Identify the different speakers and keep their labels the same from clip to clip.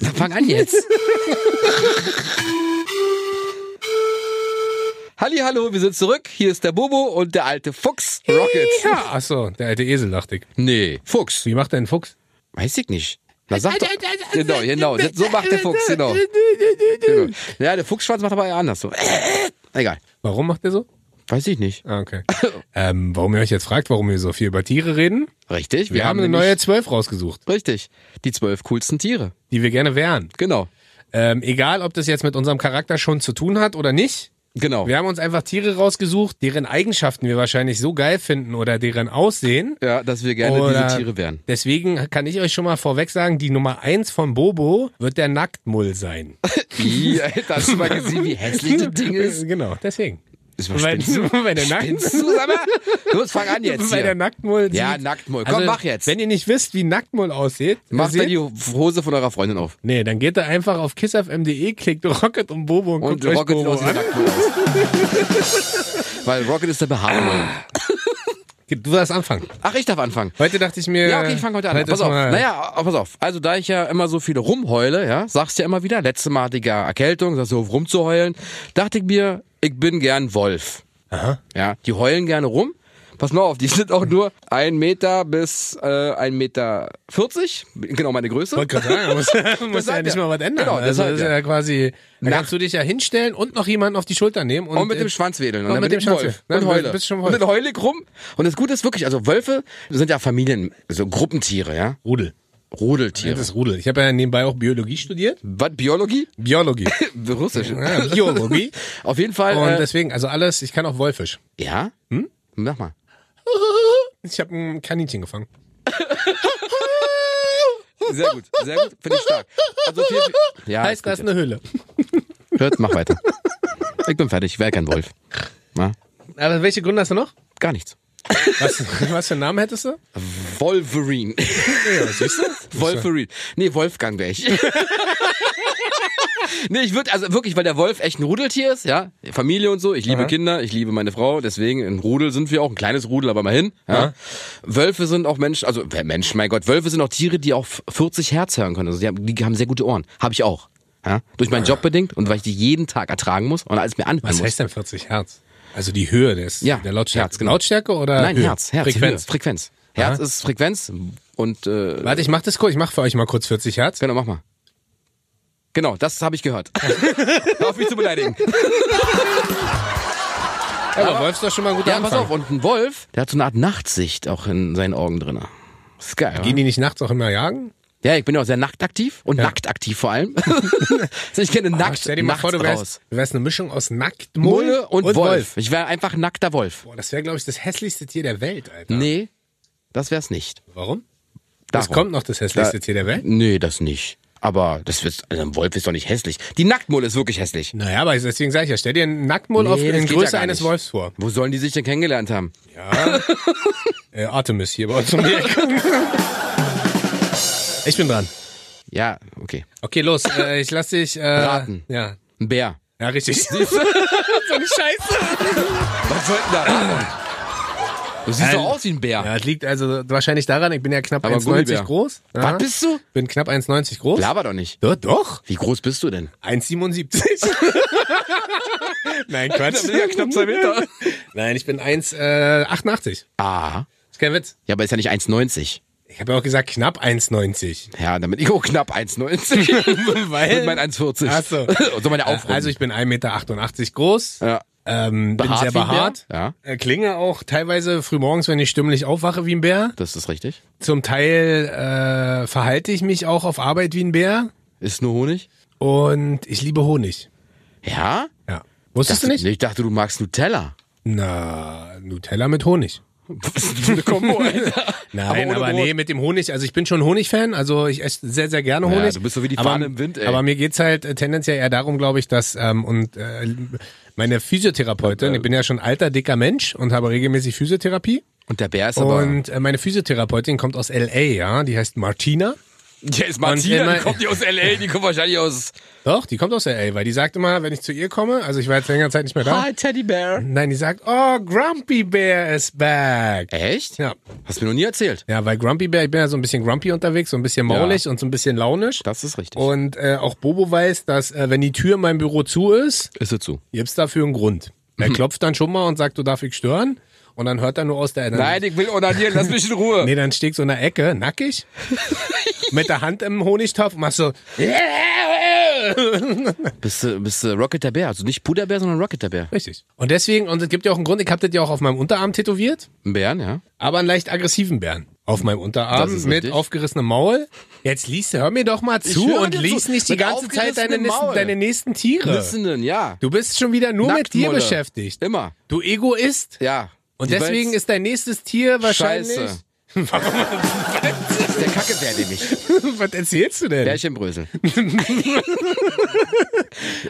Speaker 1: Na, fang an jetzt.
Speaker 2: Halli, hallo, wir sind zurück. Hier ist der Bobo und der alte Fuchs Rocket.
Speaker 1: Ja, achso, der alte Esel, dachte ich.
Speaker 2: Nee, Fuchs.
Speaker 1: Wie macht denn ein Fuchs?
Speaker 2: Weiß ich nicht. Na, sag doch. Genau, genau. So macht der Fuchs, genau. genau. Ja, der Fuchsschwanz macht aber eher anders. So. Äh, Egal.
Speaker 1: Warum macht der so?
Speaker 2: Weiß ich nicht.
Speaker 1: Ah, okay. ähm, warum ihr euch jetzt fragt, warum wir so viel über Tiere reden?
Speaker 2: Richtig,
Speaker 1: Wir, haben eine
Speaker 2: nämlich-
Speaker 1: neue 12 rausgesucht,
Speaker 2: Richtig. Die zwölf coolsten Tiere.
Speaker 1: die wir gerne wären.
Speaker 2: Genau.
Speaker 1: Ähm, egal, ob das jetzt mit unserem Charakter schon zu tun hat oder nicht.
Speaker 2: Genau.
Speaker 1: Wir haben uns einfach Tiere rausgesucht, deren Eigenschaften wir wahrscheinlich so geil finden oder deren Aussehen.
Speaker 2: Ja, dass wir gerne
Speaker 1: oder
Speaker 2: diese Tiere wären.
Speaker 1: Deswegen kann ich euch schon mal vorweg sagen, die Nummer 1 von Bobo wird der Nacktmull sein.
Speaker 2: Ih, Alter, hast du mal gesehen, wie hässlich das Ding ist?
Speaker 1: Genau, desspegen.
Speaker 2: Ist mal
Speaker 1: Weil,
Speaker 2: spinnst du?
Speaker 1: weil der Nackt,
Speaker 2: Spinnst du, sag mal? Los, fang an jetzt
Speaker 1: weil der
Speaker 2: hier.
Speaker 1: Nacktmull
Speaker 2: Ja,
Speaker 1: sieht- Also,
Speaker 2: Nacktmull. Komm, mach jetzt.
Speaker 1: Wenn ihr nicht wisst, wie Nacktmull aussieht,
Speaker 2: Macht
Speaker 1: seht,
Speaker 2: dann die Hose von eurer Freundin auf.
Speaker 1: nee, dann geht ihr einfach auf kissfm.de, klickt Rocket und Bobo und,
Speaker 2: Und
Speaker 1: guckt
Speaker 2: Rocket
Speaker 1: euch Bobo
Speaker 2: aus dem
Speaker 1: an.
Speaker 2: Nacktmull aus. Weil Rocket ist der Behaarung.
Speaker 1: Du darfst anfangen.
Speaker 2: Ach, ich darf anfangen.
Speaker 1: Heute dachte ich mir.
Speaker 2: Ja, okay, ich fange heute an. pass
Speaker 1: ist
Speaker 2: auf.
Speaker 1: Äh, halt mal-
Speaker 2: Naja, pass auf. Also, da ich ja immer so viele rumheule, ja, sagst ja immer wieder, letzte Mal hatte ich ja Erkältung, sagst du, auf rumzuheulen, dachte ich mir, ich bin gern Wolf.
Speaker 1: Aha.
Speaker 2: Ja, die heulen gerne rum. Pass mal auf, die sind auch nur ein Meter bis äh, 1,40 Meter. Genau meine Größe.
Speaker 1: Wollte gerade sagen, muss, muss ja
Speaker 2: sagt
Speaker 1: nicht
Speaker 2: er.
Speaker 1: mal was ändern.
Speaker 2: Genau, das
Speaker 1: also
Speaker 2: sagt
Speaker 1: das ist ja,
Speaker 2: er.
Speaker 1: quasi, da
Speaker 2: Nach-
Speaker 1: kannst du dich ja hinstellen und noch jemanden auf die Schulter nehmen. Und,
Speaker 2: Und mit
Speaker 1: äh,
Speaker 2: dem Schwanz wedeln.
Speaker 1: und
Speaker 2: dann
Speaker 1: mit
Speaker 2: bin
Speaker 1: dem
Speaker 2: ich
Speaker 1: Schwanz
Speaker 2: Wolf.
Speaker 1: wedeln.
Speaker 2: Und
Speaker 1: Dann
Speaker 2: heule.
Speaker 1: bist du schon
Speaker 2: und
Speaker 1: Wolf.
Speaker 2: dann heule ich rum. Und das Gute ist wirklich, also Wölfe sind ja Familien, so Gruppentiere, ja.
Speaker 1: Rudel.
Speaker 2: Rudeltiere.
Speaker 1: Das ist Rudel. Ich habe ja nebenbei auch Biologie studiert.
Speaker 2: Was, Biologie?
Speaker 1: Biologie.
Speaker 2: Russisch.
Speaker 1: Ja, Biologie.
Speaker 2: Auf jeden Fall.
Speaker 1: Und
Speaker 2: äh,
Speaker 1: deswegen, also alles, ich kann auch Wolfisch.
Speaker 2: ja? Hm? Sag mal.
Speaker 1: Ich habe ein Kaninchen gefangen.
Speaker 2: Sehr gut, sehr gut. Finde ich stark. Also viel, viel, ja,
Speaker 1: heißt, da ist
Speaker 2: ist gut
Speaker 1: eine Höhle.
Speaker 2: jetzt. Hört, mach weiter. Ich bin fertig, ich wäre kein Wolf. Na?
Speaker 1: Aber welche Gründe hast du noch?
Speaker 2: Gar nichts.
Speaker 1: Was, was für einen Namen hättest du?
Speaker 2: Wolverine.
Speaker 1: Ja, siehst du?
Speaker 2: Wolverine. Nee, Wolfgang wäre ich. nee, ich würde, also wirklich, weil der Wolf echt ein Rudeltier ist, ja. Familie und so. Ich liebe Kinder, ich liebe meine Frau, deswegen ein Rudel sind wir auch. Ein kleines Rudel, aber mal hin. Ja. Wölfe sind auch Menschen, also wer- Mensch, mein Gott, Wölfe sind auch Tiere, die auch 40 Hertz hören können. Also die haben, die haben sehr gute Ohren. Habe ich auch. Ja. Durch meinen Job bedingt und weil ich die jeden Tag ertragen muss und alles mir anhören
Speaker 1: Was
Speaker 2: muss.
Speaker 1: heißt denn 40 Hertz? Also die Höhe des,
Speaker 2: Ja,
Speaker 1: der Lautstärke.
Speaker 2: Herz, genau.
Speaker 1: Lautstärke oder
Speaker 2: Nein,
Speaker 1: äh, Höhe?
Speaker 2: Herz, Herz,
Speaker 1: Frequenz.
Speaker 2: Höhe, Frequenz. Herz
Speaker 1: Aha.
Speaker 2: ist Frequenz und äh,
Speaker 1: Warte, ich mach das kurz. Ich mach für euch mal kurz 40 Hertz.
Speaker 2: Genau, mach mal. Genau, das habe ich gehört. Hör auf mich zu beleidigen.
Speaker 1: Aber, Wolf ist doch schon mal ein guter
Speaker 2: Ja,
Speaker 1: Anfang.
Speaker 2: pass auf, und ein Wolf, der hat so eine Art Nachtsicht auch in seinen Augen drin. Ist geil,
Speaker 1: Gehen
Speaker 2: oder?
Speaker 1: die nicht nachts auch immer jagen?
Speaker 2: Ja, ich bin ja auch sehr nacktaktiv und nacktaktiv vor allem. also ich kenne nackt,
Speaker 1: Ah, Stell dir mal
Speaker 2: nachts
Speaker 1: vor, du
Speaker 2: raus.
Speaker 1: wärst, du wärst eine Mischung aus Nacktmull
Speaker 2: Mulle und, Wolf. Ich wäre einfach ein nackter Wolf.
Speaker 1: Boah, das wäre, glaube ich, das hässlichste Tier der Welt, Alter.
Speaker 2: Nee, das wär's nicht. Darum.
Speaker 1: Warum? Das kommt ne? noch das hässlichste
Speaker 2: Da-
Speaker 1: Tier der Welt?
Speaker 2: Nee, das nicht. Aber das wird, also ein Wolf ist doch nicht hässlich. Die Nacktmulle ist wirklich hässlich.
Speaker 1: Naja, aber deswegen sage ich ja, stell dir einen Nacktmull
Speaker 2: Nee,
Speaker 1: auf
Speaker 2: das
Speaker 1: in
Speaker 2: geht ja
Speaker 1: Größe
Speaker 2: gar
Speaker 1: eines
Speaker 2: nicht.
Speaker 1: Wolfs vor.
Speaker 2: Wo sollen die sich denn kennengelernt haben?
Speaker 1: Ja. äh, Artemis hier bei uns um die Ecke. Ich bin dran.
Speaker 2: Ja, okay.
Speaker 1: Okay, los. Äh, ich lasse dich. Äh,
Speaker 2: Raten.
Speaker 1: Ja.
Speaker 2: Ein Bär.
Speaker 1: Ja, richtig. so eine Scheiße.
Speaker 2: Was soll denn da? Du siehst
Speaker 1: Ähm,
Speaker 2: doch aus wie ein Bär.
Speaker 1: Ja, das liegt also wahrscheinlich daran, ich bin ja knapp
Speaker 2: Aber
Speaker 1: 1,90
Speaker 2: Gummibär.
Speaker 1: groß. Ja.
Speaker 2: Was bist du?
Speaker 1: Bin knapp 1,90 groß.
Speaker 2: Laber doch nicht.
Speaker 1: Doch, doch.
Speaker 2: Wie groß bist du denn?
Speaker 1: 1,77. Nein, Quatsch.
Speaker 2: bin ich ja knapp zwei Meter.
Speaker 1: Nein, ich bin 1,88.
Speaker 2: Ah.
Speaker 1: ist kein Witz.
Speaker 2: Ja, aber ist ja nicht 1,90.
Speaker 1: Ich habe ja auch gesagt knapp 1,90.
Speaker 2: Ja, damit ich auch knapp 1,90.
Speaker 1: Weil-
Speaker 2: Mit meinen 1,40.
Speaker 1: Ach so.
Speaker 2: so meine Aufrunden.
Speaker 1: Also ich bin 1,88 Meter groß.
Speaker 2: Ja.
Speaker 1: Ähm, bin
Speaker 2: Behaart
Speaker 1: sehr
Speaker 2: wie ein Bär?
Speaker 1: behaart.
Speaker 2: Ja.
Speaker 1: Äh, Klinge auch teilweise frühmorgens, wenn ich stimmlich aufwache wie ein Bär.
Speaker 2: das ist richtig.
Speaker 1: Zum Teil äh, verhalte ich mich auch auf Arbeit wie ein Bär.
Speaker 2: Ist nur Honig?
Speaker 1: Und ich liebe Honig.
Speaker 2: Ja?
Speaker 1: Ja. Wusstest
Speaker 2: Dachte-
Speaker 1: du nicht?
Speaker 2: Ich dachte, du magst Nutella.
Speaker 1: Na, Nutella mit Honig.
Speaker 2: Das ist eine Kombo, Alter.
Speaker 1: Nein,
Speaker 2: ohne
Speaker 1: aber,
Speaker 2: Brot.
Speaker 1: nee, mit dem Honig. Also ich bin schon Honig-Fan, also ich esse sehr, sehr gerne Honig.
Speaker 2: du bist so wie die
Speaker 1: aber,
Speaker 2: Fahne im Wind, ey.
Speaker 1: Aber mir geht's halt äh, tendenziell eher darum, glaube ich, dass ähm, und äh, meine
Speaker 2: Äh.
Speaker 1: Physiotherapeutin, ich bin ja schon alter, dicker Mensch und habe regelmäßig Physiotherapie.
Speaker 2: Und der Bär ist aber...
Speaker 1: Und äh, meine Physiotherapeutin kommt aus L.A., ja, die heißt Martina.
Speaker 2: Ja, ist Martina,
Speaker 1: immer-
Speaker 2: die kommt nicht aus L.A., die kommt wahrscheinlich aus...
Speaker 1: Doch, die kommt aus LA, weil die sagt immer, wenn ich zu ihr komme, also ich war jetzt längere Zeit nicht mehr da.
Speaker 2: Teddy Bear.
Speaker 1: Nein, die sagt, oh, Grumpy Bear is back.
Speaker 2: Echt?
Speaker 1: Ja.
Speaker 2: Hast du mir noch nie erzählt.
Speaker 1: Ja, weil Grumpy Bear, ich bin ja so ein bisschen grumpy unterwegs, so ein bisschen maulig und so ein bisschen launisch.
Speaker 2: Das ist richtig.
Speaker 1: Und äh, auch Bobo weiß, dass äh, wenn die Tür in meinem Büro zu ist,
Speaker 2: Ist es so.
Speaker 1: gibt's dafür einen Grund. Er klopft dann schon mal und sagt, du darf ich stören. Und dann hört er nur aus der
Speaker 2: Nein, ich will onanieren, lass mich in Ruhe.
Speaker 1: Nee, dann steht so in der Ecke, nackig, mit der Hand im Honigtopf, machst so.
Speaker 2: Bist du, bist du Rocket der Bär? Also nicht Puder Bär, sondern Rocket der Bär.
Speaker 1: Richtig. Und deswegen, und es gibt ja auch einen Grund, ich hab das ja auch auf meinem Unterarm tätowiert,
Speaker 2: Ein Bären, ja.
Speaker 1: aber einen leicht aggressiven Bären. Auf meinem
Speaker 2: Das
Speaker 1: Unterarm
Speaker 2: ist
Speaker 1: mit
Speaker 2: richtig.
Speaker 1: aufgerissenem Maul. Jetzt liest, hör mir doch mal zu
Speaker 2: höre
Speaker 1: und
Speaker 2: dir
Speaker 1: lies
Speaker 2: zu.
Speaker 1: nicht die
Speaker 2: Mit
Speaker 1: ganze Zeit deine,
Speaker 2: aufgerissenem
Speaker 1: nächsten-
Speaker 2: Maul.
Speaker 1: deine nächsten Tiere.
Speaker 2: Listenen, ja.
Speaker 1: Du bist schon wieder nur mit dir
Speaker 2: Nacktmulle.
Speaker 1: beschäftigt.
Speaker 2: Immer.
Speaker 1: Du Egoist.
Speaker 2: Ja.
Speaker 1: Und
Speaker 2: Die
Speaker 1: deswegen
Speaker 2: Welt-
Speaker 1: ist dein nächstes Tier wahrscheinlich.
Speaker 2: Scheiße. Das ist der Kackebär nämlich.
Speaker 1: Was erzählst du denn?
Speaker 2: Bärchenbrösel.
Speaker 1: also
Speaker 2: Bist du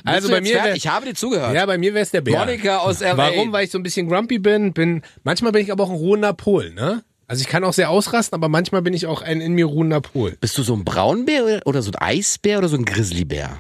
Speaker 1: bei
Speaker 2: jetzt
Speaker 1: mir,
Speaker 2: fertig?
Speaker 1: wär,
Speaker 2: ich habe dir zugehört.
Speaker 1: ja, bei mir wär's der Bär.
Speaker 2: Monika aus LA.
Speaker 1: Warum? Weil ich so ein bisschen grumpy bin. bin manchmal bin ich aber auch ein ruhender Pol, ne? Also ich kann auch sehr ausrasten, aber manchmal bin ich auch ein in mir ruhender Pol.
Speaker 2: Bist du so ein Braunbär oder- oder so ein Eisbär oder so ein Grizzlybär?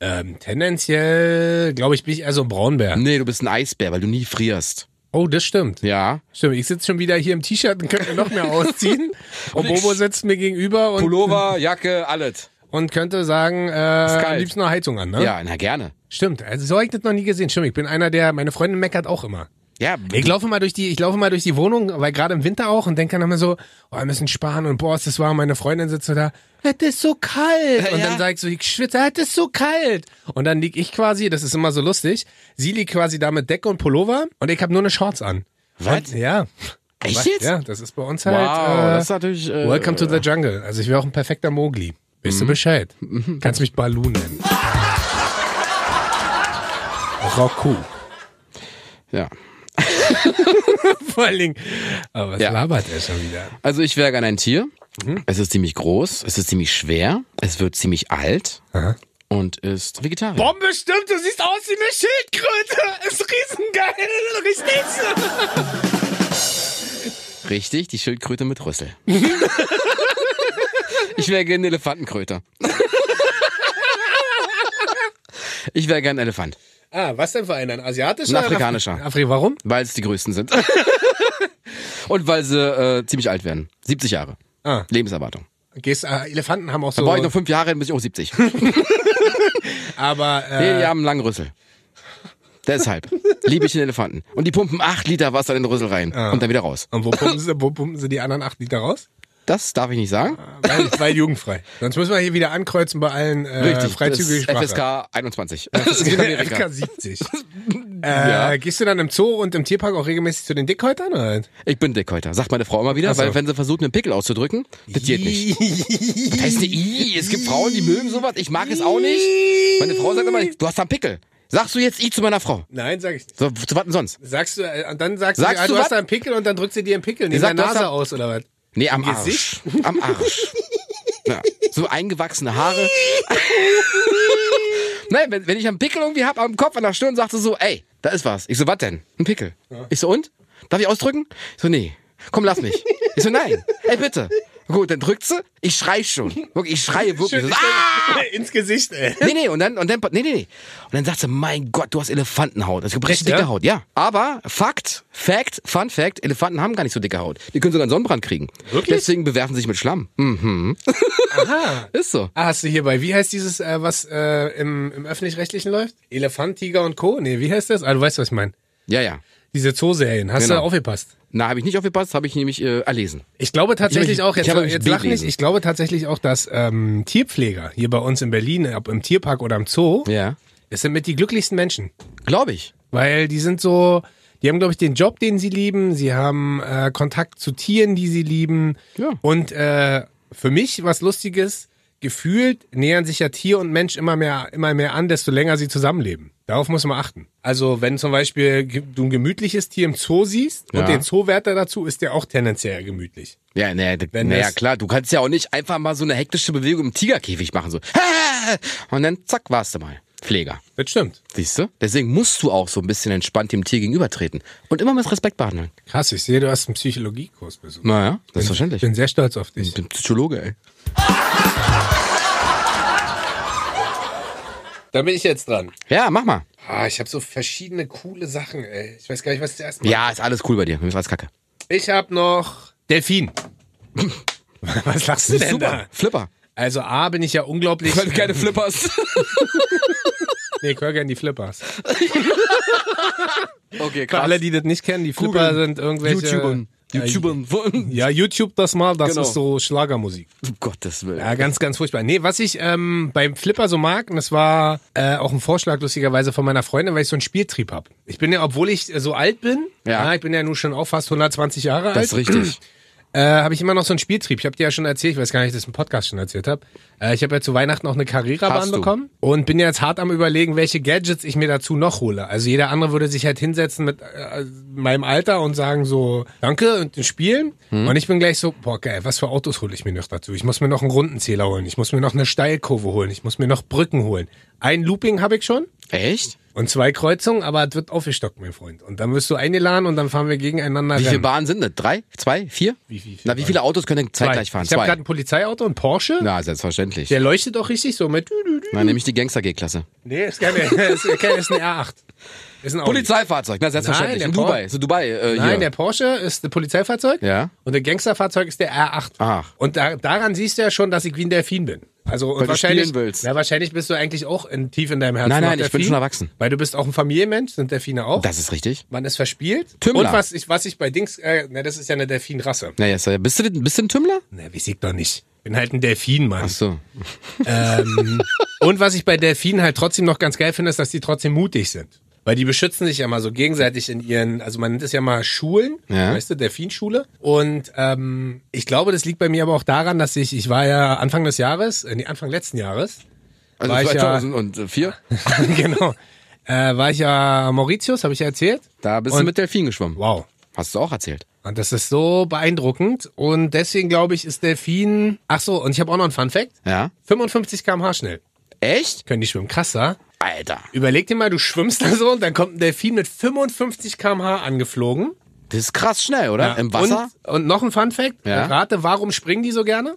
Speaker 1: Ähm, tendenziell, glaube ich, bin ich eher so ein Braunbär.
Speaker 2: Nee, du bist ein Eisbär, weil du nie frierst.
Speaker 1: Oh, das stimmt.
Speaker 2: Ja.
Speaker 1: Stimmt, ich sitze schon wieder hier im T-Shirt und könnte noch mehr ausziehen. und
Speaker 2: Und ich-
Speaker 1: Bobo sitzt mir gegenüber und,
Speaker 2: Pullover, Jacke, alles.
Speaker 1: und könnte sagen, äh, am
Speaker 2: kalt.
Speaker 1: liebsten noch Heizung an, ne?
Speaker 2: Ja, na gerne.
Speaker 1: Stimmt, also so habe ich das noch nie gesehen. Stimmt, ich bin einer, der, meine Freundin meckert auch immer.
Speaker 2: Ja,
Speaker 1: Ich laufe mal durch die, ich laufe mal durch die Wohnung, weil gerade im Winter auch und denke dann immer so, oh, wir müssen sparen und boah, ist das warm. Meine Freundin sitzt so da, es ist so kalt. Und
Speaker 2: Ja.
Speaker 1: dann sage ich so, ich schwitze, es ist so kalt. Und dann lieg ich quasi, das ist immer so lustig, sie liegt quasi da mit Decke und Pullover und ich habe nur eine Shorts an.
Speaker 2: Was?
Speaker 1: Und, ja.
Speaker 2: echt jetzt?
Speaker 1: Ja, das ist bei uns halt.
Speaker 2: Wow,
Speaker 1: äh,
Speaker 2: das ist natürlich. Äh, Mhm.
Speaker 1: Welcome to the Jungle. Also ich wäre auch ein perfekter Mogli. Bist du Bescheid? Kannst mich Balu nennen. Roku.
Speaker 2: ja.
Speaker 1: Vor allen Dingen. Aber was
Speaker 2: Ja.
Speaker 1: labert er schon wieder?
Speaker 2: Also ich wäre gerne ein Tier.
Speaker 1: Mhm.
Speaker 2: Es ist ziemlich groß, es ist ziemlich schwer, es wird ziemlich alt
Speaker 1: Aha.
Speaker 2: und ist vegetarisch.
Speaker 1: Bombe stimmt, du siehst aus wie eine Schildkröte. Ist riesengeil, richtig?
Speaker 2: Richtig, die Schildkröte mit Rüssel. ich wäre gerne Elefantenkröte. ich wäre gern Elefant,
Speaker 1: Ah, was denn für einer? Ein asiatischer?
Speaker 2: Ein afrikanischer.
Speaker 1: Afri Afri- warum?
Speaker 2: weil es die größten sind. und weil sie äh, ziemlich alt werden. 70 Jahre.
Speaker 1: Ah.
Speaker 2: Lebenserwartung.
Speaker 1: Gehst, äh, Elefanten haben auch so.
Speaker 2: Brauche ich noch fünf Jahre, dann bin ich auch 70.
Speaker 1: aber äh,
Speaker 2: Nee, die haben einen langen Rüssel. Deshalb liebe ich den Elefanten. Und die pumpen acht Liter Wasser in den Rüssel rein und dann wieder raus.
Speaker 1: und wo pumpen, sie, wo pumpen sie die anderen acht Liter raus?
Speaker 2: Das darf ich nicht sagen.
Speaker 1: Weil, weil jugendfrei. Sonst müssen wir hier wieder ankreuzen bei allen äh, freizügigen
Speaker 2: das
Speaker 1: Sprache.
Speaker 2: ist FSK 21. Das ist in Amerika.
Speaker 1: FK 70. äh, Gehst du dann im Zoo und im Tierpark auch regelmäßig zu den Dickhäutern? Oder?
Speaker 2: Ich bin Dickhäuter, sagt meine Frau immer wieder,
Speaker 1: so.
Speaker 2: weil wenn sie versucht, einen Pickel auszudrücken, das geht nicht. Das heißt, eine I, es gibt Frauen, die mögen sowas, ich mag es auch nicht. Meine Frau sagt immer, du hast da einen Pickel. Sagst du jetzt I zu meiner Frau?
Speaker 1: Nein, sag ich nicht.
Speaker 2: So, zu was denn sonst?
Speaker 1: Sagst du, äh, und dann sagst,
Speaker 2: Sagst
Speaker 1: du, ah, du
Speaker 2: du
Speaker 1: hast
Speaker 2: was?
Speaker 1: da einen Pickel und dann drückt sie dir einen Pickel neben der
Speaker 2: sagt, du hast
Speaker 1: Nase
Speaker 2: da-
Speaker 1: aus oder was?
Speaker 2: Nee, am
Speaker 1: Im Gesicht?
Speaker 2: Arsch. Am Arsch. Ja. So eingewachsene Haare. Nein, wenn, wenn ich einen Pickel irgendwie hab am Kopf, an der Stirn, sagt sie so, ey, da ist was. Ich so, was denn? Ein Pickel. Ich so, und? Darf ich ausdrücken? Ich so, nee. Komm, lass mich. Ich so, nein. Ey, bitte. Gut, dann drückt sie. Ich schrei schon. Wirklich, ich schreie wirklich.
Speaker 1: Schön,
Speaker 2: Ich so, ah!
Speaker 1: Ins Gesicht, ey.
Speaker 2: Nee, nee, und dann, und dann, nee, nee, nee. Und dann sagt sie, mein Gott, du hast Elefantenhaut. Also, ich hab richtig
Speaker 1: Echt,
Speaker 2: dicke
Speaker 1: ja?
Speaker 2: Haut, ja. Aber, Fakt, Fact, Fun Fact, Elefanten haben gar nicht so dicke Haut. Die können sogar einen Sonnenbrand kriegen.
Speaker 1: Wirklich?
Speaker 2: Deswegen bewerfen sie sich mit Schlamm. Mhm.
Speaker 1: Aha.
Speaker 2: Ist so.
Speaker 1: Ah, hast du hierbei, wie heißt dieses, äh, was äh, im, im Öffentlich-Rechtlichen läuft? Elefant, Tiger und Co.? Nee, wie heißt das? Ah, du weißt, was ich meine.
Speaker 2: Ja, ja.
Speaker 1: Diese Zooserien. Hast du
Speaker 2: Genau.
Speaker 1: da aufgepasst?
Speaker 2: Na, habe ich nicht aufgepasst, habe ich nämlich äh, erlesen.
Speaker 1: Ich glaube tatsächlich
Speaker 2: Ich-
Speaker 1: auch, jetzt,
Speaker 2: ich habe mich
Speaker 1: jetzt lach nicht,
Speaker 2: belesen.
Speaker 1: ich glaube tatsächlich auch, dass ähm, Tierpfleger hier bei uns in Berlin, ob im Tierpark oder im Zoo,
Speaker 2: Ja.
Speaker 1: es sind mit die glücklichsten Menschen.
Speaker 2: Glaube ich.
Speaker 1: Weil die sind so, die haben, glaube ich, den Job, den sie lieben, sie haben äh, Kontakt zu Tieren, die sie lieben.
Speaker 2: Ja.
Speaker 1: Und äh, für mich was Lustiges, gefühlt nähern sich ja Tier und Mensch immer mehr, immer mehr an, desto länger sie zusammenleben. Darauf muss man achten. Also wenn zum Beispiel ge- du ein gemütliches Tier im Zoo siehst
Speaker 2: Ja.
Speaker 1: und den Zoowärter dazu, ist der auch tendenziell gemütlich.
Speaker 2: Ja, naja,
Speaker 1: Wenn
Speaker 2: naja,
Speaker 1: das-
Speaker 2: klar, du kannst ja auch nicht einfach mal so eine hektische Bewegung im Tigerkäfig machen, so. Und dann zack, warst du mal. Pfleger.
Speaker 1: Das stimmt.
Speaker 2: Siehst du? Deswegen musst du auch so ein bisschen entspannt dem Tier gegenübertreten und immer mit Respekt behandeln.
Speaker 1: Krass, ich sehe, du hast einen Psychologiekurs besucht.
Speaker 2: Naja, selbstverständlich.
Speaker 1: Ich bin sehr stolz auf dich.
Speaker 2: Ich bin Psychologe, ey.
Speaker 1: Da bin ich jetzt dran.
Speaker 2: Ja, mach mal.
Speaker 1: Ah, ich habe so verschiedene coole Sachen, ey. Ich weiß gar nicht, was der erste
Speaker 2: Ja, ist alles cool bei dir. Mir ist alles kacke.
Speaker 1: Ich habe noch Delfin. was lachst du denn da?
Speaker 2: Flipper.
Speaker 1: Also A bin ich ja unglaublich...
Speaker 2: Können keine Flippers.
Speaker 1: Nee, Kölgern die Flippers.
Speaker 2: Okay, Äh,
Speaker 1: Für alle, die das nicht kennen, die Flipper
Speaker 2: Googeln.
Speaker 1: sind irgendwelche...
Speaker 2: YouTubern. YouTubern. Wo-
Speaker 1: Ja, YouTube das mal, das
Speaker 2: Genau.
Speaker 1: ist so Schlagermusik.
Speaker 2: Um Gottes Willen.
Speaker 1: Ja, ganz, ganz furchtbar. Nee, was ich ähm, beim Flipper so mag, und das war äh, auch ein Vorschlag lustigerweise von meiner Freundin, weil ich so einen Spieltrieb hab. Ich bin ja, obwohl ich äh, so alt bin,
Speaker 2: Ja.
Speaker 1: ja. ich bin ja nun schon auch fast 120 Jahre alt.
Speaker 2: Das ist richtig.
Speaker 1: Äh, habe ich immer noch so einen Spieltrieb. Ich habe dir ja schon erzählt, ich weiß gar nicht, ob ich das im Podcast schon erzählt habe. Äh, ich habe ja zu Weihnachten auch eine
Speaker 2: Hast
Speaker 1: Carrera-Bahn
Speaker 2: du.
Speaker 1: bekommen und bin ja jetzt hart am überlegen, welche Gadgets ich mir dazu noch hole. Also jeder andere würde sich halt hinsetzen mit äh, meinem Alter und sagen so, danke und spielen.
Speaker 2: Hm.
Speaker 1: Und ich bin gleich so, boah geil, was für Autos hole ich mir noch dazu? Ich muss mir noch einen Rundenzähler holen, ich muss mir noch eine Steilkurve holen, ich muss mir noch Brücken holen. Ein Looping habe ich schon.
Speaker 2: Echt?
Speaker 1: Und zwei Kreuzungen, aber es wird aufgestockt, mein Freund. Und dann wirst du eingeladen und dann fahren wir gegeneinander.
Speaker 2: Wie viele
Speaker 1: Rennen.
Speaker 2: Bahnen sind das? Drei? Zwei? Vier?
Speaker 1: Wie viel-
Speaker 2: Na, wie viele Autos können denn zeitgleich fahren?
Speaker 1: Ich habe gerade
Speaker 2: Zwei.
Speaker 1: ein Polizeiauto, ein Porsche.
Speaker 2: Na, selbstverständlich.
Speaker 1: Der leuchtet auch richtig so mit.
Speaker 2: Na, nämlich die Gangster-G-Klasse.
Speaker 1: Nee, ist keine, ist, keine, ist ein R8. Ist ein Audi.
Speaker 2: Polizeifahrzeug. Na, selbstverständlich.
Speaker 1: der
Speaker 2: in
Speaker 1: Paul-
Speaker 2: Dubai. So Dubai äh, hier.
Speaker 1: Nein, der Porsche ist ein Polizeifahrzeug.
Speaker 2: Ja.
Speaker 1: Und der Gangsterfahrzeug ist der R8.
Speaker 2: Ach.
Speaker 1: Und da, daran siehst du ja schon, dass ich wie ein Delfin bin. Also und
Speaker 2: Weil du
Speaker 1: wahrscheinlich,
Speaker 2: spielen willst.
Speaker 1: Na, wahrscheinlich bist du eigentlich auch in, tief in deinem Herzen.
Speaker 2: Nein,
Speaker 1: noch
Speaker 2: nein, ich bin
Speaker 1: Delfin,
Speaker 2: schon erwachsen.
Speaker 1: Weil du bist auch ein Familienmensch, sind Delfine auch.
Speaker 2: das ist richtig.
Speaker 1: Man ist verspielt.
Speaker 2: Tümmler.
Speaker 1: Und was ich, was ich bei Dings, äh, na, das ist ja eine Delfinrasse.
Speaker 2: Naja, ist ja- bist du, bist du ein Tümmler?
Speaker 1: Na, wie sieht doch nicht. Bin halt ein Delfin, Mann.
Speaker 2: Ach so.
Speaker 1: Ähm, und was ich bei Delfinen halt trotzdem noch ganz geil finde, ist, dass die trotzdem mutig sind. Weil die beschützen sich ja mal so gegenseitig in ihren, also man nennt es ja mal Schulen,
Speaker 2: Ja.
Speaker 1: weißt du, Delfinschule. Und ähm, ich glaube, das liegt bei mir aber auch daran, dass ich, ich war ja Anfang des Jahres, äh, nee, Anfang letzten Jahres,
Speaker 2: Also
Speaker 1: War ich ja-
Speaker 2: 2004,
Speaker 1: genau, äh, war ich ja Mauritius, habe ich ja erzählt.
Speaker 2: da bist du
Speaker 1: Und-
Speaker 2: mit Delfin geschwommen.
Speaker 1: Wow.
Speaker 2: Hast du auch erzählt.
Speaker 1: Und das ist so beeindruckend. Und deswegen glaube ich, ist Delfin, ach so, und ich habe auch noch einen Fun Fact.
Speaker 2: Ja.
Speaker 1: 55 km/h schnell
Speaker 2: Echt?
Speaker 1: können die schwimmen. Krasser.
Speaker 2: Alter.
Speaker 1: Überleg dir mal, du schwimmst da so und dann kommt ein Delfin mit 55 km/h angeflogen.
Speaker 2: Das ist krass schnell, oder? Im Wasser?
Speaker 1: Und, und noch ein Fun-Fact.
Speaker 2: Ja.
Speaker 1: Rate, warum springen die so gerne?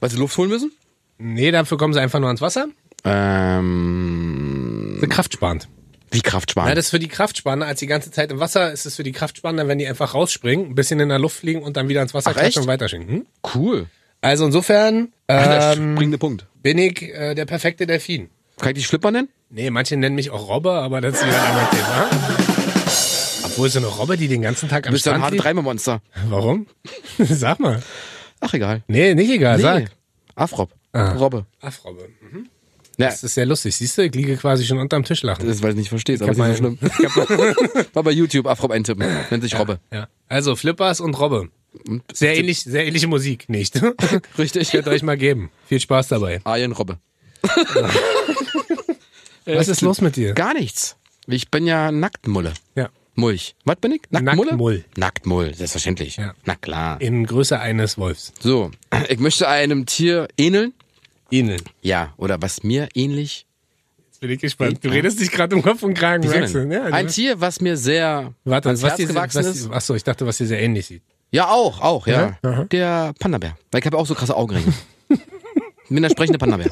Speaker 2: Weil sie Luft holen müssen?
Speaker 1: Nee, dafür kommen sie einfach nur ans Wasser.
Speaker 2: Ähm,
Speaker 1: Sind kraftsparend.
Speaker 2: wie Kraft sparen.
Speaker 1: Ja, das ist für die kraftsparender. Als die ganze Zeit im Wasser ist es für die kraftsparender, wenn die einfach rausspringen, ein bisschen in der Luft fliegen und dann wieder ans Wasser
Speaker 2: Ach,
Speaker 1: klatschen
Speaker 2: echt?
Speaker 1: und weiterschwingen. Hm?
Speaker 2: cool.
Speaker 1: Also insofern
Speaker 2: Der
Speaker 1: ähm,
Speaker 2: springende Punkt.
Speaker 1: bin ich äh, der perfekte Delfin.
Speaker 2: Kann ich dich Schlipper nennen?
Speaker 1: Nee, manche nennen mich auch Robbe, aber das ist wieder ein anderes Thema. Obwohl so eine Robbe, die den ganzen Tag
Speaker 2: Du
Speaker 1: am
Speaker 2: bist ja ein
Speaker 1: Strand
Speaker 2: hartes
Speaker 1: liegt.
Speaker 2: Dreimer-Monster.
Speaker 1: Warum? Sag mal.
Speaker 2: Ach, egal.
Speaker 1: Nee, nicht egal, sag.
Speaker 2: Afrop.
Speaker 1: Ah.
Speaker 2: Robbe.
Speaker 1: Afrobbe. Mhm.
Speaker 2: Ja,
Speaker 1: Das ist sehr lustig. Siehst du, ich liege quasi schon unterm Tisch lachen.
Speaker 2: das, weil ich nicht verstehst, aber ist nicht so schlimm. Mal bei YouTube Afrop eintippen. Nennt sich Robbe.
Speaker 1: Ja. Also Flippers und Robbe. Sehr ähnlich, sehr ähnliche Musik, nicht?
Speaker 2: Richtig.
Speaker 1: Könnt ihr euch mal geben. Viel Spaß dabei.
Speaker 2: Alien Robbe.
Speaker 1: Was ist los mit dir?
Speaker 2: Gar nichts. Ich bin ja Nacktmulle.
Speaker 1: Ja.
Speaker 2: Mulch. Was bin ich? Nacktmulle?
Speaker 1: Nacktmull.
Speaker 2: Nacktmull, selbstverständlich.
Speaker 1: Ja.
Speaker 2: Na klar.
Speaker 1: In Größe eines Wolfs.
Speaker 2: So, ich möchte einem Tier ähneln.
Speaker 1: Ihnen.
Speaker 2: Ja, oder was mir ähnlich.
Speaker 1: Jetzt bin ich gespannt. Du redest dich gerade um Kopf und Kragen.
Speaker 2: Wieso
Speaker 1: merkst du,
Speaker 2: denn?
Speaker 1: ne?
Speaker 2: Ein Tier, was mir sehr
Speaker 1: Warte,
Speaker 2: ans
Speaker 1: was
Speaker 2: Herz
Speaker 1: dir,
Speaker 2: gewachsen ist.
Speaker 1: was, achso, ich dachte, was dir sehr ähnlich sieht.
Speaker 2: Ja, auch, auch, ja.
Speaker 1: Ja, aha.
Speaker 2: Der Panda-Bär. Weil ich habe auch so krasse Augenringe. Ich bin der sprechende Panda-Bär.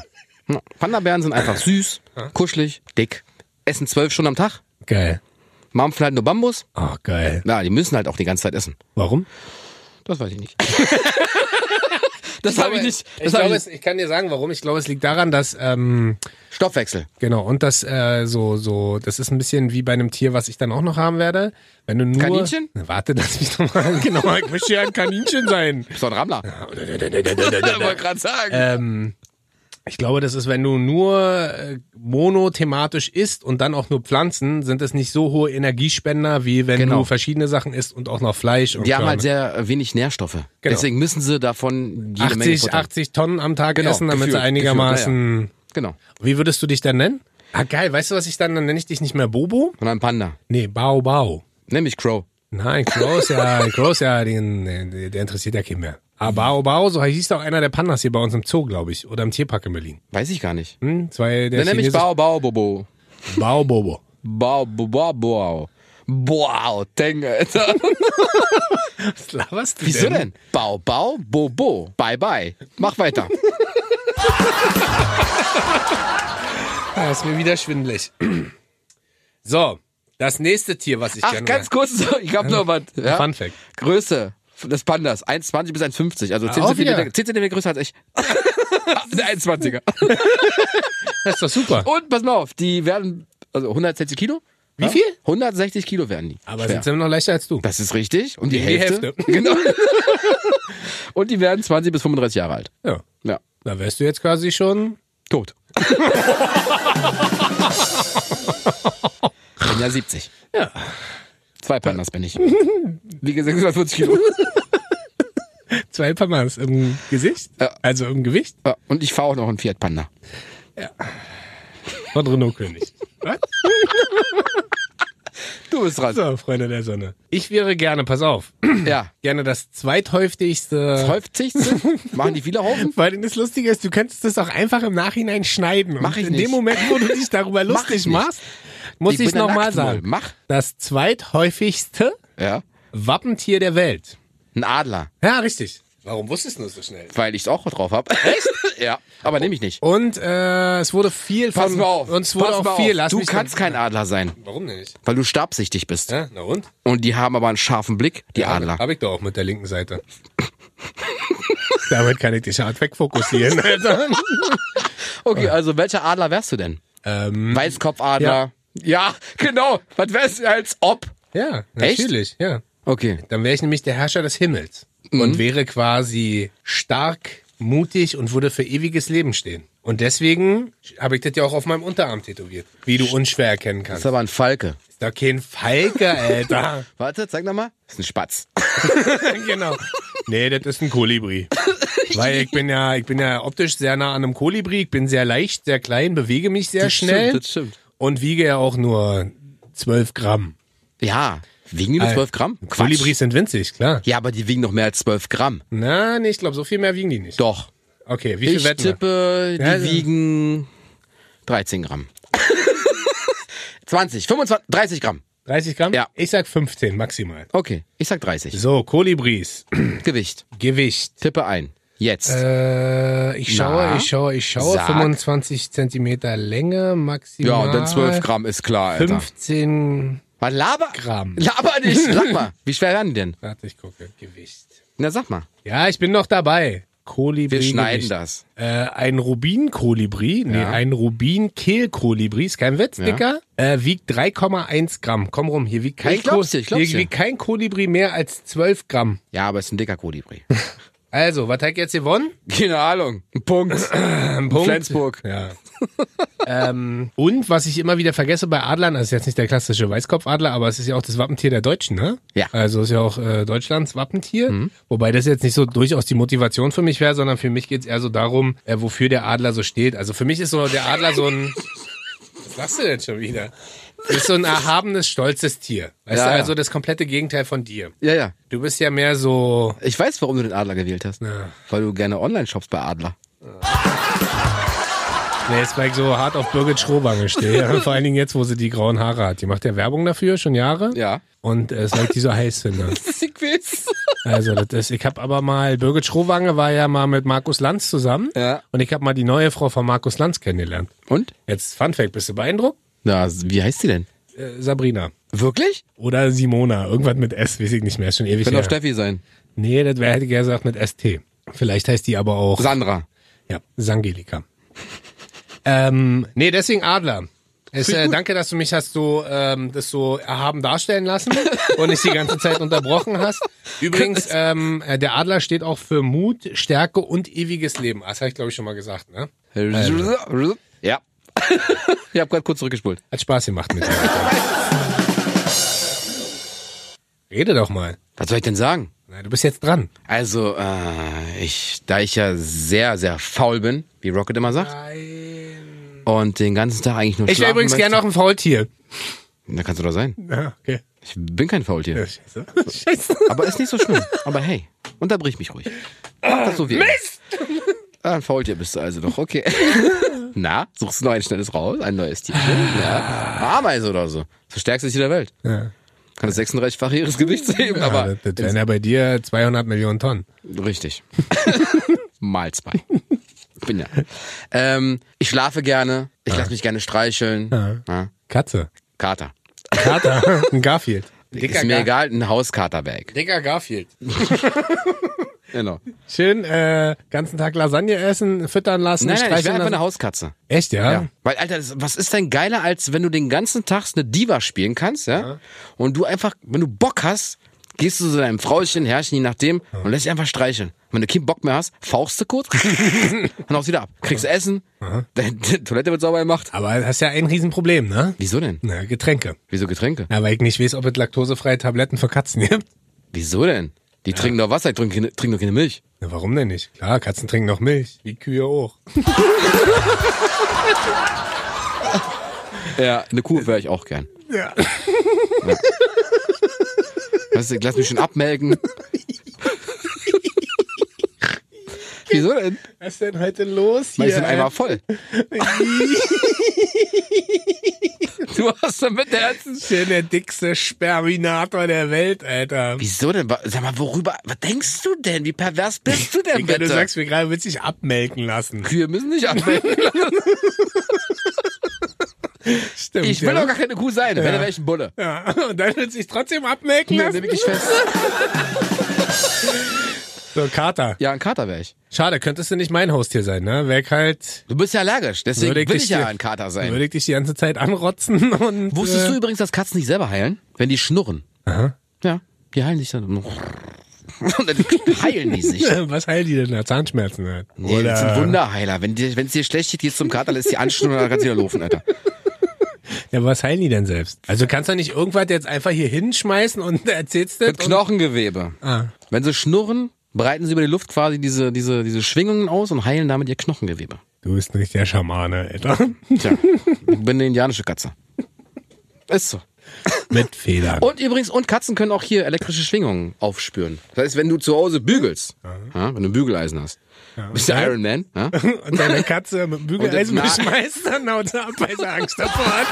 Speaker 2: Ja. Panda-Bären sind einfach süß, kuschelig, dick, essen zwölf Stunden am Tag,
Speaker 1: Geil.
Speaker 2: mampfen halt nur Bambus.
Speaker 1: Ach, geil.
Speaker 2: Na, die müssen halt auch die ganze Zeit essen.
Speaker 1: Warum?
Speaker 2: Das weiß ich nicht. das habe ich nicht.
Speaker 1: Ich,
Speaker 2: Das hab ich
Speaker 1: glaube,
Speaker 2: nicht.
Speaker 1: es, ich kann dir sagen, warum. Ich glaube, es liegt daran, dass ähm,
Speaker 2: Stoffwechsel.
Speaker 1: Genau, und das äh, so, so, das ist ein bisschen wie bei einem Tier, was ich dann auch noch haben werde. Wenn du nur.
Speaker 2: Kaninchen?
Speaker 1: Na, warte, lass mich doch mal. Genau, ich möchte ja ein Kaninchen sein.
Speaker 2: Bist doch ein Rammler. Wollte gerade sagen.
Speaker 1: ähm, ich glaube, das ist, wenn du nur äh, monothematisch isst und dann auch nur Pflanzen, sind das nicht so hohe Energiespender, wie wenn
Speaker 2: Genau.
Speaker 1: du verschiedene Sachen isst und auch noch Fleisch und
Speaker 2: die haben
Speaker 1: Körner.
Speaker 2: halt sehr wenig Nährstoffe.
Speaker 1: Genau.
Speaker 2: Deswegen müssen sie davon jede Menge
Speaker 1: 80,
Speaker 2: futtern.
Speaker 1: 80 Tonnen am Tag
Speaker 2: Genau,
Speaker 1: essen, damit
Speaker 2: gefühlt,
Speaker 1: sie einigermaßen.
Speaker 2: Genau.
Speaker 1: Wie würdest du dich dann nennen? Ah, geil, weißt du, was ich dann, dann nenne ich dich nicht mehr Bobo?
Speaker 2: Und ein Panda.
Speaker 1: Nee, Bao Bao.
Speaker 2: Nämlich Crow.
Speaker 1: Nein, Crow ist ja, Crow ist ja, den, den, der interessiert ja keinen mehr. Abaobao, so hieß doch einer der Pandas hier bei uns im Zoo, glaube ich, oder im Tierpark in Berlin.
Speaker 2: Weiß ich gar nicht.
Speaker 1: Hm? Das war ja der
Speaker 2: Dann nenne ich
Speaker 1: chinesische-
Speaker 2: Bao Bao Bobo.
Speaker 1: Baobobo.
Speaker 2: Bao Bao Bao Bao. Wow, Tenge. Alter.
Speaker 1: Was laberst du
Speaker 2: Wieso denn? Bao Bao Bobo. Bye bye. Mach weiter.
Speaker 1: Ah, ist mir wieder schwindelig. So, das nächste Tier, was ich
Speaker 2: Ach,
Speaker 1: gerne
Speaker 2: ganz kurz, so, ich hab noch was. Ja?
Speaker 1: Fun Fact.
Speaker 2: Größe des Pandas, 1,20 bis 1,50. Also 10
Speaker 1: auch
Speaker 2: cm,
Speaker 1: wieder.
Speaker 2: 10 cm größer als ich. Der 1,20er.
Speaker 1: Das ist doch super.
Speaker 2: Und pass mal auf, die werden, also 160 Kilo.
Speaker 1: Wie viel?
Speaker 2: 160 Kilo werden die.
Speaker 1: Aber
Speaker 2: schwer.
Speaker 1: sind sie immer noch leichter als du.
Speaker 2: das ist richtig. Und die,
Speaker 1: Die
Speaker 2: Hälfte.
Speaker 1: Hälfte.
Speaker 2: Genau. Und die werden 20 bis 35 Jahre alt.
Speaker 1: Ja.
Speaker 2: Ja.
Speaker 1: Da wärst du jetzt quasi schon.
Speaker 2: Tot. bin ja 70.
Speaker 1: Ja.
Speaker 2: Zwei Pandas bin ich. Wie gesagt, 640 Kilo.
Speaker 1: Zwei Pamas im Gesicht.
Speaker 2: Ja.
Speaker 1: Also im Gewicht.
Speaker 2: Ja, Und ich fahre auch noch einen Fiat Panda.
Speaker 1: Von Renault König. Was?
Speaker 2: Du bist dran.
Speaker 1: So, Freunde der Sonne. Ich wäre gerne, pass auf,
Speaker 2: Ja.
Speaker 1: gerne das zweithäufigste.
Speaker 2: Häufig machen die viele Haufen.
Speaker 1: Weil denn das Lustige ist, du könntest das auch einfach im Nachhinein schneiden.
Speaker 2: Mach
Speaker 1: Und
Speaker 2: ich
Speaker 1: in
Speaker 2: nicht.
Speaker 1: dem Moment, wo du dich darüber
Speaker 2: ich
Speaker 1: lustig
Speaker 2: nicht.
Speaker 1: machst, muss ich
Speaker 2: bin da
Speaker 1: nochmal
Speaker 2: nackt, Mann.
Speaker 1: sagen.
Speaker 2: Mach.
Speaker 1: Das zweithäufigste
Speaker 2: Ja.
Speaker 1: Wappentier der Welt.
Speaker 2: Ein Adler,
Speaker 1: Ja, richtig. Warum wusstest du es so schnell?
Speaker 2: weil ich es auch drauf habe. Echt? ja. Aber nehme ich nicht.
Speaker 1: Und äh, es wurde viel von
Speaker 2: Pass mal auf.
Speaker 1: und es wurde
Speaker 2: Pass mal
Speaker 1: auch viel.
Speaker 2: Auf.
Speaker 1: Lass
Speaker 2: Du
Speaker 1: mich
Speaker 2: kannst kein Adler sein,
Speaker 1: Dann, warum denn nicht?
Speaker 2: weil du stabsichtig bist.
Speaker 1: Ja, na und?
Speaker 2: Und die haben aber einen scharfen Blick, die Adler.
Speaker 1: Hab ich doch auch mit der linken Seite. Damit kann ich dich hart wegfokussieren. Alter.
Speaker 2: Okay, also welcher Adler wärst du denn?
Speaker 1: ähm,
Speaker 2: Weißkopfadler. Ja, genau. Was wärst du als ob?
Speaker 1: ja,
Speaker 2: Echt?
Speaker 1: natürlich. Ja.
Speaker 2: Okay.
Speaker 1: Dann wäre ich nämlich der Herrscher des Himmels
Speaker 2: Mhm.
Speaker 1: und wäre quasi stark, mutig und würde für ewiges Leben stehen. Und deswegen habe ich das ja auch auf meinem Unterarm tätowiert, wie du unschwer erkennen
Speaker 2: Das
Speaker 1: kannst.
Speaker 2: ist aber ein Falke.
Speaker 1: Ist doch kein Falke, Alter.
Speaker 2: Warte, zeig nochmal. Das ist ein Spatz.
Speaker 1: genau. Nee, das ist ein Kolibri. Weil ich bin ja, ich bin ja optisch sehr nah an einem Kolibri. Ich bin sehr leicht, sehr klein, bewege mich sehr
Speaker 2: Das stimmt,
Speaker 1: schnell.
Speaker 2: das stimmt.
Speaker 1: Und wiege ja auch nur 12 Gramm.
Speaker 2: Ja. Wiegen die
Speaker 1: Äh,
Speaker 2: nur 12 Gramm?
Speaker 1: Kolibris sind winzig, klar.
Speaker 2: Ja, aber die wiegen noch mehr als 12 Gramm.
Speaker 1: Na, nee, ich glaube, so viel mehr wiegen die nicht.
Speaker 2: Doch.
Speaker 1: Okay, wie
Speaker 2: Ich
Speaker 1: viel wetten wir?
Speaker 2: tippe, die
Speaker 1: Ja, ja.
Speaker 2: wiegen 13 Gramm. 20, 25, 30 Gramm.
Speaker 1: 30 Gramm?
Speaker 2: Ja.
Speaker 1: Ich sag 15 maximal.
Speaker 2: Okay, ich sag 30.
Speaker 1: So, Kolibris.
Speaker 2: Gewicht.
Speaker 1: Gewicht.
Speaker 2: Tippe ein. Jetzt.
Speaker 1: Äh, ich schaue,
Speaker 2: Na?
Speaker 1: ich schaue, ich schaue.
Speaker 2: Sag.
Speaker 1: 25 Zentimeter Länge
Speaker 2: ja,
Speaker 1: maximal.
Speaker 2: und dann 12 Gramm ist klar, Alter.
Speaker 1: 15
Speaker 2: Was laber?
Speaker 1: Gramm.
Speaker 2: Laber nicht. Sag mal, wie schwer werden die denn?
Speaker 1: Warte, ich gucke. Gewicht.
Speaker 2: Na, sag mal.
Speaker 1: Ja, ich bin noch dabei. Kolibri.
Speaker 2: Wir schneiden
Speaker 1: Gewicht.
Speaker 2: das.
Speaker 1: Äh, ein Rubin-Kolibri, nee,
Speaker 2: Ja.
Speaker 1: ein Rubin-Kehl-Kolibri, ist kein Witz,
Speaker 2: Ja.
Speaker 1: Dicker, äh, wiegt 3,1 Gramm. Komm rum, hier wiegt kein,
Speaker 2: Ich glaub's dir, ich glaub's
Speaker 1: hier
Speaker 2: dir.
Speaker 1: wiegt kein Kolibri mehr als 12 Gramm.
Speaker 2: Ja, aber es ist ein dicker Kolibri.
Speaker 1: Also, was hat ich jetzt gewonnen?
Speaker 2: Keine Ahnung. Ein Punkt.
Speaker 1: Ein Punkt.
Speaker 2: Flensburg.
Speaker 1: Ja. ähm, und was ich immer wieder vergesse bei Adlern, also ist jetzt nicht der klassische Weißkopfadler, aber es ist ja auch das Wappentier der Deutschen, ne?
Speaker 2: Ja. Mhm.
Speaker 1: Also ist ja auch äh, Deutschlands Wappentier. Wobei das jetzt nicht so durchaus die Motivation für mich wäre, sondern für mich geht's eher so darum, äh, wofür der Adler so steht. Also für mich ist so der Adler so ein. Was lachst du denn schon wieder? Ist so ein erhabenes, stolzes Tier. Weißt
Speaker 2: Ja,
Speaker 1: du,
Speaker 2: ja.
Speaker 1: also das komplette Gegenteil von dir.
Speaker 2: ja, ja.
Speaker 1: Du bist ja mehr so.
Speaker 2: Ich weiß, warum du den Adler gewählt hast.
Speaker 1: Ja.
Speaker 2: Weil du gerne online shoppst bei Adler.
Speaker 1: Nee, jetzt war ich so hart auf Birgit Schrobange stehe. Vor allen Dingen jetzt, wo sie die grauen Haare hat. Die macht ja Werbung dafür, schon Jahre.
Speaker 2: Ja.
Speaker 1: Und äh, es weil ich die so heiß finde.
Speaker 2: Ich weiß.
Speaker 1: Also, das ist, ich habe aber mal, Birgit Schrowange war ja mal mit Markus Lanz zusammen.
Speaker 2: Ja.
Speaker 1: Und ich habe mal die neue Frau von Markus Lanz kennengelernt.
Speaker 2: Und?
Speaker 1: Jetzt, Fun Fact, bist du beeindruckt?
Speaker 2: Na, wie heißt die denn?
Speaker 1: Äh, Sabrina.
Speaker 2: Wirklich?
Speaker 1: Oder Simona. Irgendwas mit S, weiß ich nicht mehr. Ist schon ewig
Speaker 2: Könnte auch
Speaker 1: her.
Speaker 2: Steffi sein.
Speaker 1: Nee, das wär, hätte ich ja gesagt mit ST. Vielleicht heißt die aber auch
Speaker 2: Sandra.
Speaker 1: Ja, Sangelika. ähm, nee, deswegen Adler. Es, äh, danke, dass du mich hast so, ähm, das so erhaben darstellen lassen und nicht die ganze Zeit unterbrochen hast. Übrigens, ähm, äh, der Adler steht auch für Mut, Stärke und ewiges Leben. Das habe ich, glaube ich, schon mal gesagt. Ne?
Speaker 2: Ja. ich habe gerade kurz zurückgespult.
Speaker 1: Hat Spaß gemacht mit dir. Rede doch mal.
Speaker 2: Was soll ich denn sagen?
Speaker 1: Na, du bist jetzt dran.
Speaker 2: Also, äh, ich, da ich ja sehr, sehr faul bin, wie Rocket immer sagt, und den ganzen Tag eigentlich nur
Speaker 1: Ich wäre
Speaker 2: schlafen
Speaker 1: übrigens
Speaker 2: möchte-
Speaker 1: gerne noch ein Faultier.
Speaker 2: Da kannst du doch sein.
Speaker 1: Ja, okay.
Speaker 2: Ich bin kein Faultier.
Speaker 1: Scheiße. Scheiße.
Speaker 2: Aber ist nicht so schlimm. Aber hey, unterbrich mich ruhig. Mach das so wie Mist! Ah, ein Faultier bist du also noch, okay. Na, suchst du noch ein schnelles raus, ein neues Tier? Ja. Ameise oder so. Das stärkste Tier der Welt.
Speaker 1: Ja.
Speaker 2: Kann das 36-fache ihres Gewichts heben, aber
Speaker 1: Aber das wären ja bei dir 200 Millionen Tonnen.
Speaker 2: Richtig. Mal zwei. Bin ja. Ähm, ich schlafe gerne. Ich
Speaker 1: Ah.
Speaker 2: lasse mich gerne streicheln. Ja.
Speaker 1: Katze.
Speaker 2: Kater.
Speaker 1: Kater. Ein Garfield.
Speaker 2: ist mir egal, ein Hauskaterberg.
Speaker 1: Dicker Garfield.
Speaker 2: Genau.
Speaker 1: Schön äh, ganzen Tag Lasagne essen, füttern lassen,
Speaker 2: Nein, nein, ich wäre
Speaker 1: streicheln
Speaker 2: einfach eine
Speaker 1: lassen.
Speaker 2: Hauskatze.
Speaker 1: Echt, ja?
Speaker 2: Ja. Weil, Alter, das, was ist denn geiler, als wenn du den ganzen Tag eine Diva spielen kannst, ja? Und du einfach, wenn du Bock hast, gehst du zu deinem Frauchen, Herrchen, je nachdem, und lässt dich einfach streicheln. Und wenn du keinen Bock mehr hast, fauchst du kurz und haust wieder ab. Kriegst Essen, deine Toilette wird sauber gemacht.
Speaker 1: Aber das ist ja ein Riesenproblem, ne?
Speaker 2: Wieso denn?
Speaker 1: Na, Getränke.
Speaker 2: Wieso Getränke?
Speaker 1: Ja, weil ich nicht weiß, ob es laktosefreie Tabletten für Katzen gibt.
Speaker 2: Wieso denn? Die trinken doch Wasser, die trinken, keine- trinken doch keine Milch.
Speaker 1: Na, warum denn nicht? Klar, Katzen trinken noch Milch, wie Kühe auch.
Speaker 2: Ja, eine Kuh wäre ich auch gern.
Speaker 1: Ja.
Speaker 2: Weißt du, ich lass mich schon abmelken. Wieso denn?
Speaker 1: Was ist denn heute los
Speaker 2: Weil ich sind
Speaker 1: ey?
Speaker 2: einmal voll. du hast damit der Herzen.
Speaker 1: Schön der dickste Sperminator der Welt, Alter.
Speaker 2: Wieso denn? Wa- Sag mal, worüber? Was denkst du denn? Wie pervers bist du denn
Speaker 1: Digga,
Speaker 2: bitte?
Speaker 1: du sagst mir gerade, willst dich abmelken lassen.
Speaker 2: Kühe müssen nicht abmelken.
Speaker 1: Stimmt.
Speaker 2: Ich will
Speaker 1: ja.
Speaker 2: doch gar keine Kuh sein. Wenn, dann wäre ich ein Bulle.
Speaker 1: Ja, und dann willst du dich trotzdem abmelken
Speaker 2: Hier,
Speaker 1: lassen?
Speaker 2: nehm ich dich fest.
Speaker 1: So, Kater.
Speaker 2: Ja, ein Kater wäre ich.
Speaker 1: Schade, könntest du nicht mein Haustier sein, ne? Wäre ich halt,
Speaker 2: Du bist ja allergisch, deswegen
Speaker 1: Würde ich
Speaker 2: will ich
Speaker 1: dich
Speaker 2: ja
Speaker 1: dir-
Speaker 2: ein Kater sein.
Speaker 1: würde ich dich die ganze Zeit anrotzen und...
Speaker 2: Wusstest
Speaker 1: äh,
Speaker 2: du übrigens, dass Katzen nicht selber heilen, wenn die schnurren?
Speaker 1: Aha.
Speaker 2: Ja, die heilen sich dann. Und dann heilen die sich.
Speaker 1: äh, Was heilt die denn da? Zahnschmerzen halt.
Speaker 2: Nee, das sind Wunderheiler. Wenn dir- wenn's dir schlecht geht, gehst du zum Kater, lässt die anschnurren und dann kannst du wieder laufen, Alter.
Speaker 1: Ja, aber was heilen die denn selbst? Also kannst du nicht irgendwas jetzt einfach hier hinschmeißen und erzählst das?
Speaker 2: Mit Knochengewebe.
Speaker 1: Ah.
Speaker 2: Wenn sie schnurren, breiten sie über die Luft quasi diese, diese, diese Schwingungen aus und heilen damit ihr Knochengewebe.
Speaker 1: Du bist ein richtiger Schamane, Alter.
Speaker 2: Tja, ich bin eine indianische Katze. Ist so.
Speaker 1: Mit Federn.
Speaker 2: Und übrigens, und Katzen können auch hier elektrische Schwingungen aufspüren. Das heißt, wenn du zu Hause bügelst,
Speaker 1: Ah.
Speaker 2: ja, wenn du ein Bügeleisen hast, bist du Iron Man, ja?
Speaker 1: Und deine Katze mit dem Bügeleisen
Speaker 2: Und das-
Speaker 1: beschmeißt, dann haut sie ab, weil sie Angst davor hat.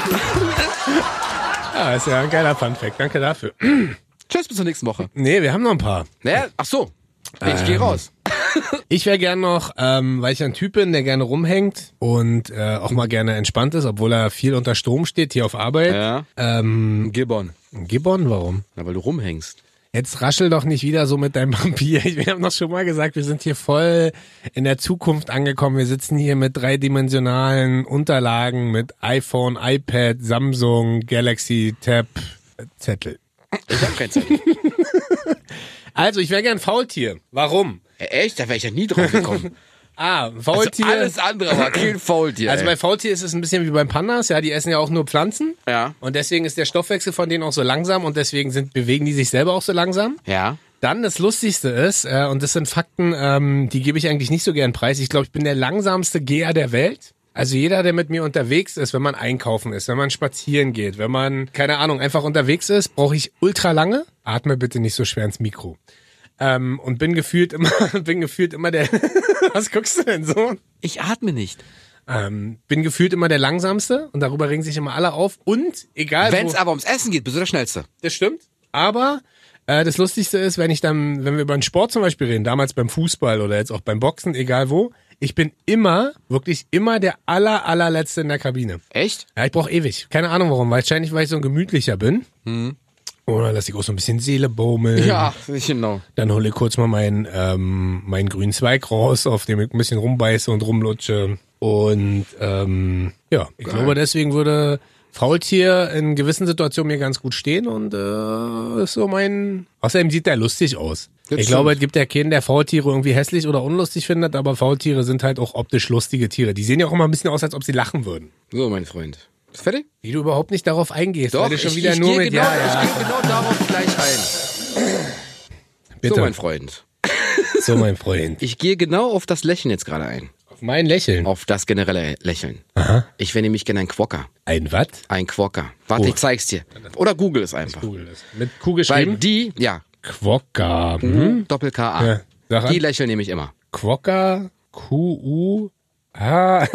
Speaker 1: ja, ist ja ein geiler Funfact. Danke dafür.
Speaker 2: Tschüss, bis zur nächsten Woche.
Speaker 1: Nee, wir haben noch ein paar.
Speaker 2: Naja, ach so. Nee, Ich gehe
Speaker 1: Ähm,
Speaker 2: raus.
Speaker 1: Ich wäre gern noch, ähm, weil ich ein Typ bin, der gerne rumhängt und äh, auch mal gerne entspannt ist, obwohl er viel unter Strom steht hier auf Arbeit.
Speaker 2: Ja.
Speaker 1: Ähm,
Speaker 2: Gibbon.
Speaker 1: Gibbon, warum?
Speaker 2: Na, weil du rumhängst.
Speaker 1: Jetzt raschel doch nicht wieder so mit deinem Vampir. Ich habe noch schon mal gesagt, wir sind hier voll in der Zukunft angekommen. Wir sitzen hier mit dreidimensionalen Unterlagen, mit iPhone, iPad, Samsung, Galaxy, Tab, äh, Zettel.
Speaker 2: Ich hab kein Äh, Zettel.
Speaker 1: Also, ich wäre gern Faultier. Warum?
Speaker 2: Ey, Echt? Da wäre ich ja nie drauf gekommen.
Speaker 1: Ah,
Speaker 2: Also
Speaker 1: Faultier.
Speaker 2: alles andere, aber kein Faultier.
Speaker 1: Also bei
Speaker 2: ey.
Speaker 1: Faultier ist es ein bisschen wie beim Pandas, ja, die essen ja auch nur Pflanzen.
Speaker 2: Ja.
Speaker 1: Und deswegen ist der Stoffwechsel von denen auch so langsam und deswegen sind, bewegen die sich selber auch so langsam.
Speaker 2: ja.
Speaker 1: Dann das Lustigste ist, äh, und das sind Fakten, ähm, die gebe ich eigentlich nicht so gern preis. Ich glaube, ich bin der langsamste Geher der Welt. Also jeder, der mit mir unterwegs ist, wenn man einkaufen ist, wenn man spazieren geht, wenn man, keine Ahnung, einfach unterwegs ist, brauche ich ultra lange. Atme bitte nicht so schwer ins Mikro. Ähm, und bin gefühlt immer, bin gefühlt immer der, was guckst du denn so?
Speaker 2: Ich atme nicht.
Speaker 1: Ähm, bin gefühlt immer der langsamste und darüber regen sich immer alle auf. Und egal,
Speaker 2: Wenn
Speaker 1: wo,
Speaker 2: es aber ums Essen geht, bist du der Schnellste.
Speaker 1: das stimmt. Aber äh, das Lustigste ist, wenn ich dann, wenn wir über den Sport zum Beispiel reden, damals beim Fußball oder jetzt auch beim Boxen, egal wo, ich bin immer, wirklich immer der aller, allerletzte in der Kabine.
Speaker 2: Echt?
Speaker 1: Ja, ich brauche ewig. Keine Ahnung warum. Wahrscheinlich, weil ich so ein gemütlicher bin. Oder lass ich auch so ein bisschen Seele baumeln.
Speaker 2: Ja, genau.
Speaker 1: Dann hole ich kurz mal meinen ähm, meinen grünen Zweig raus, auf dem ich ein bisschen rumbeiße und rumlutsche. Und ähm, ja, ich glaube, deswegen würde Faultier in gewissen Situationen mir ganz gut stehen und äh, ist so mein. Außerdem sieht der lustig aus.
Speaker 2: Das
Speaker 1: ich
Speaker 2: stimmt.
Speaker 1: glaube, es gibt ja keinen, der Faultiere irgendwie hässlich oder unlustig findet, aber Faultiere sind halt auch optisch lustige Tiere. Die sehen ja auch immer ein bisschen aus, als ob sie lachen würden.
Speaker 2: So, mein Freund. Bist du fertig?
Speaker 1: Wie du überhaupt nicht darauf eingehst, weil du schon wieder nur
Speaker 2: geh
Speaker 1: mit
Speaker 2: genau,
Speaker 1: ja, ja,
Speaker 2: ich gehe genau darauf gleich ein.
Speaker 1: bitte,
Speaker 2: So, mein Freund.
Speaker 1: so mein Freund.
Speaker 2: Ich gehe genau auf das Lächeln jetzt gerade ein.
Speaker 1: Auf mein Lächeln.
Speaker 2: Auf das generelle Lächeln. Ich wäre nämlich gerne ein Quokka.
Speaker 1: Ein was?
Speaker 2: Ein Quokka.
Speaker 1: Oh.
Speaker 2: Warte, ich zeig's dir. Oder google es einfach.
Speaker 1: Google das. Mit Q geschrieben?
Speaker 2: Weil die, ja,
Speaker 1: Quokka. Hm?
Speaker 2: Doppel-K-A.
Speaker 1: Ja, sag an.
Speaker 2: Mhm. Die lächeln nämlich immer.
Speaker 1: Quokka, Q-U-H.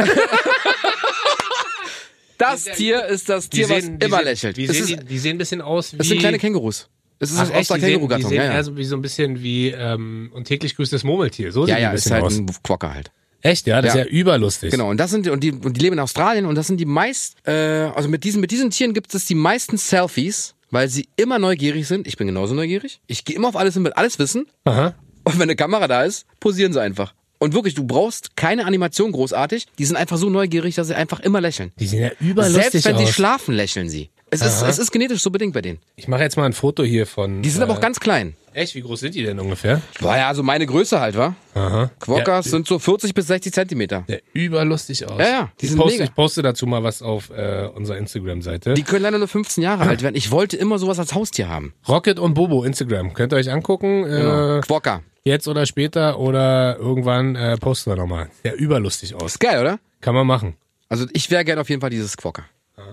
Speaker 2: Das Tier ist das Tier, was immer lächelt.
Speaker 1: Die
Speaker 2: es,
Speaker 1: sehen,
Speaker 2: ist,
Speaker 1: die, die sehen ein bisschen aus wie...
Speaker 2: es sind kleine Kängurus. Es ist aus
Speaker 1: Ach, echt?
Speaker 2: der
Speaker 1: Die sehen, die
Speaker 2: Känguru-Gattung.
Speaker 1: sehen
Speaker 2: Ja, ja,
Speaker 1: eher so, wie so ein bisschen wie... Ähm, und täglich grüßt das Murmeltier. So sehen
Speaker 2: ja,
Speaker 1: die
Speaker 2: ja
Speaker 1: ein
Speaker 2: ist
Speaker 1: bisschen
Speaker 2: halt
Speaker 1: aus.
Speaker 2: ein Quokka halt.
Speaker 1: Echt, ja? Das
Speaker 2: Ja.
Speaker 1: ist ja überlustig.
Speaker 2: Genau, und das sind die- und die, und die leben in Australien und das sind die meist, äh, also mit diesen, mit diesen Tieren gibt es die meisten Selfies, weil sie immer neugierig sind. Ich bin genauso neugierig. Ich gehe immer auf alles hin, will alles wissen.
Speaker 1: Aha.
Speaker 2: Und wenn eine Kamera da ist, posieren sie einfach. Und wirklich, du brauchst keine Animation großartig. Die sind einfach so neugierig, dass sie einfach immer lächeln.
Speaker 1: Die sehen ja überlustig
Speaker 2: Selbst wenn
Speaker 1: aus.
Speaker 2: sie schlafen, lächeln sie. Es ist, es ist genetisch so bedingt bei denen.
Speaker 1: ich mache jetzt mal ein Foto hier von... äh,
Speaker 2: Die sind aber auch ganz klein.
Speaker 1: Echt, wie groß sind die denn ungefähr?
Speaker 2: Boah, ja, also meine Größe halt, wa?
Speaker 1: Aha.
Speaker 2: Quokkas sind so 40 bis 60 Zentimeter.
Speaker 1: Der überlustig aus.
Speaker 2: Ja, ja, die
Speaker 1: ich,
Speaker 2: sind
Speaker 1: poste,
Speaker 2: mega.
Speaker 1: ich poste dazu mal was auf äh, unserer Instagram-Seite.
Speaker 2: Die können leider nur 15 Jahre alt werden. Ich wollte immer sowas als Haustier haben.
Speaker 1: Rocket und Bobo, Instagram. Könnt ihr euch angucken. Äh,
Speaker 2: Quokka.
Speaker 1: jetzt oder später oder irgendwann äh, posten wir nochmal. Der überlustig aus.
Speaker 2: Ist geil, oder?
Speaker 1: Kann man machen.
Speaker 2: Also ich wäre gerne auf jeden Fall dieses Quokka.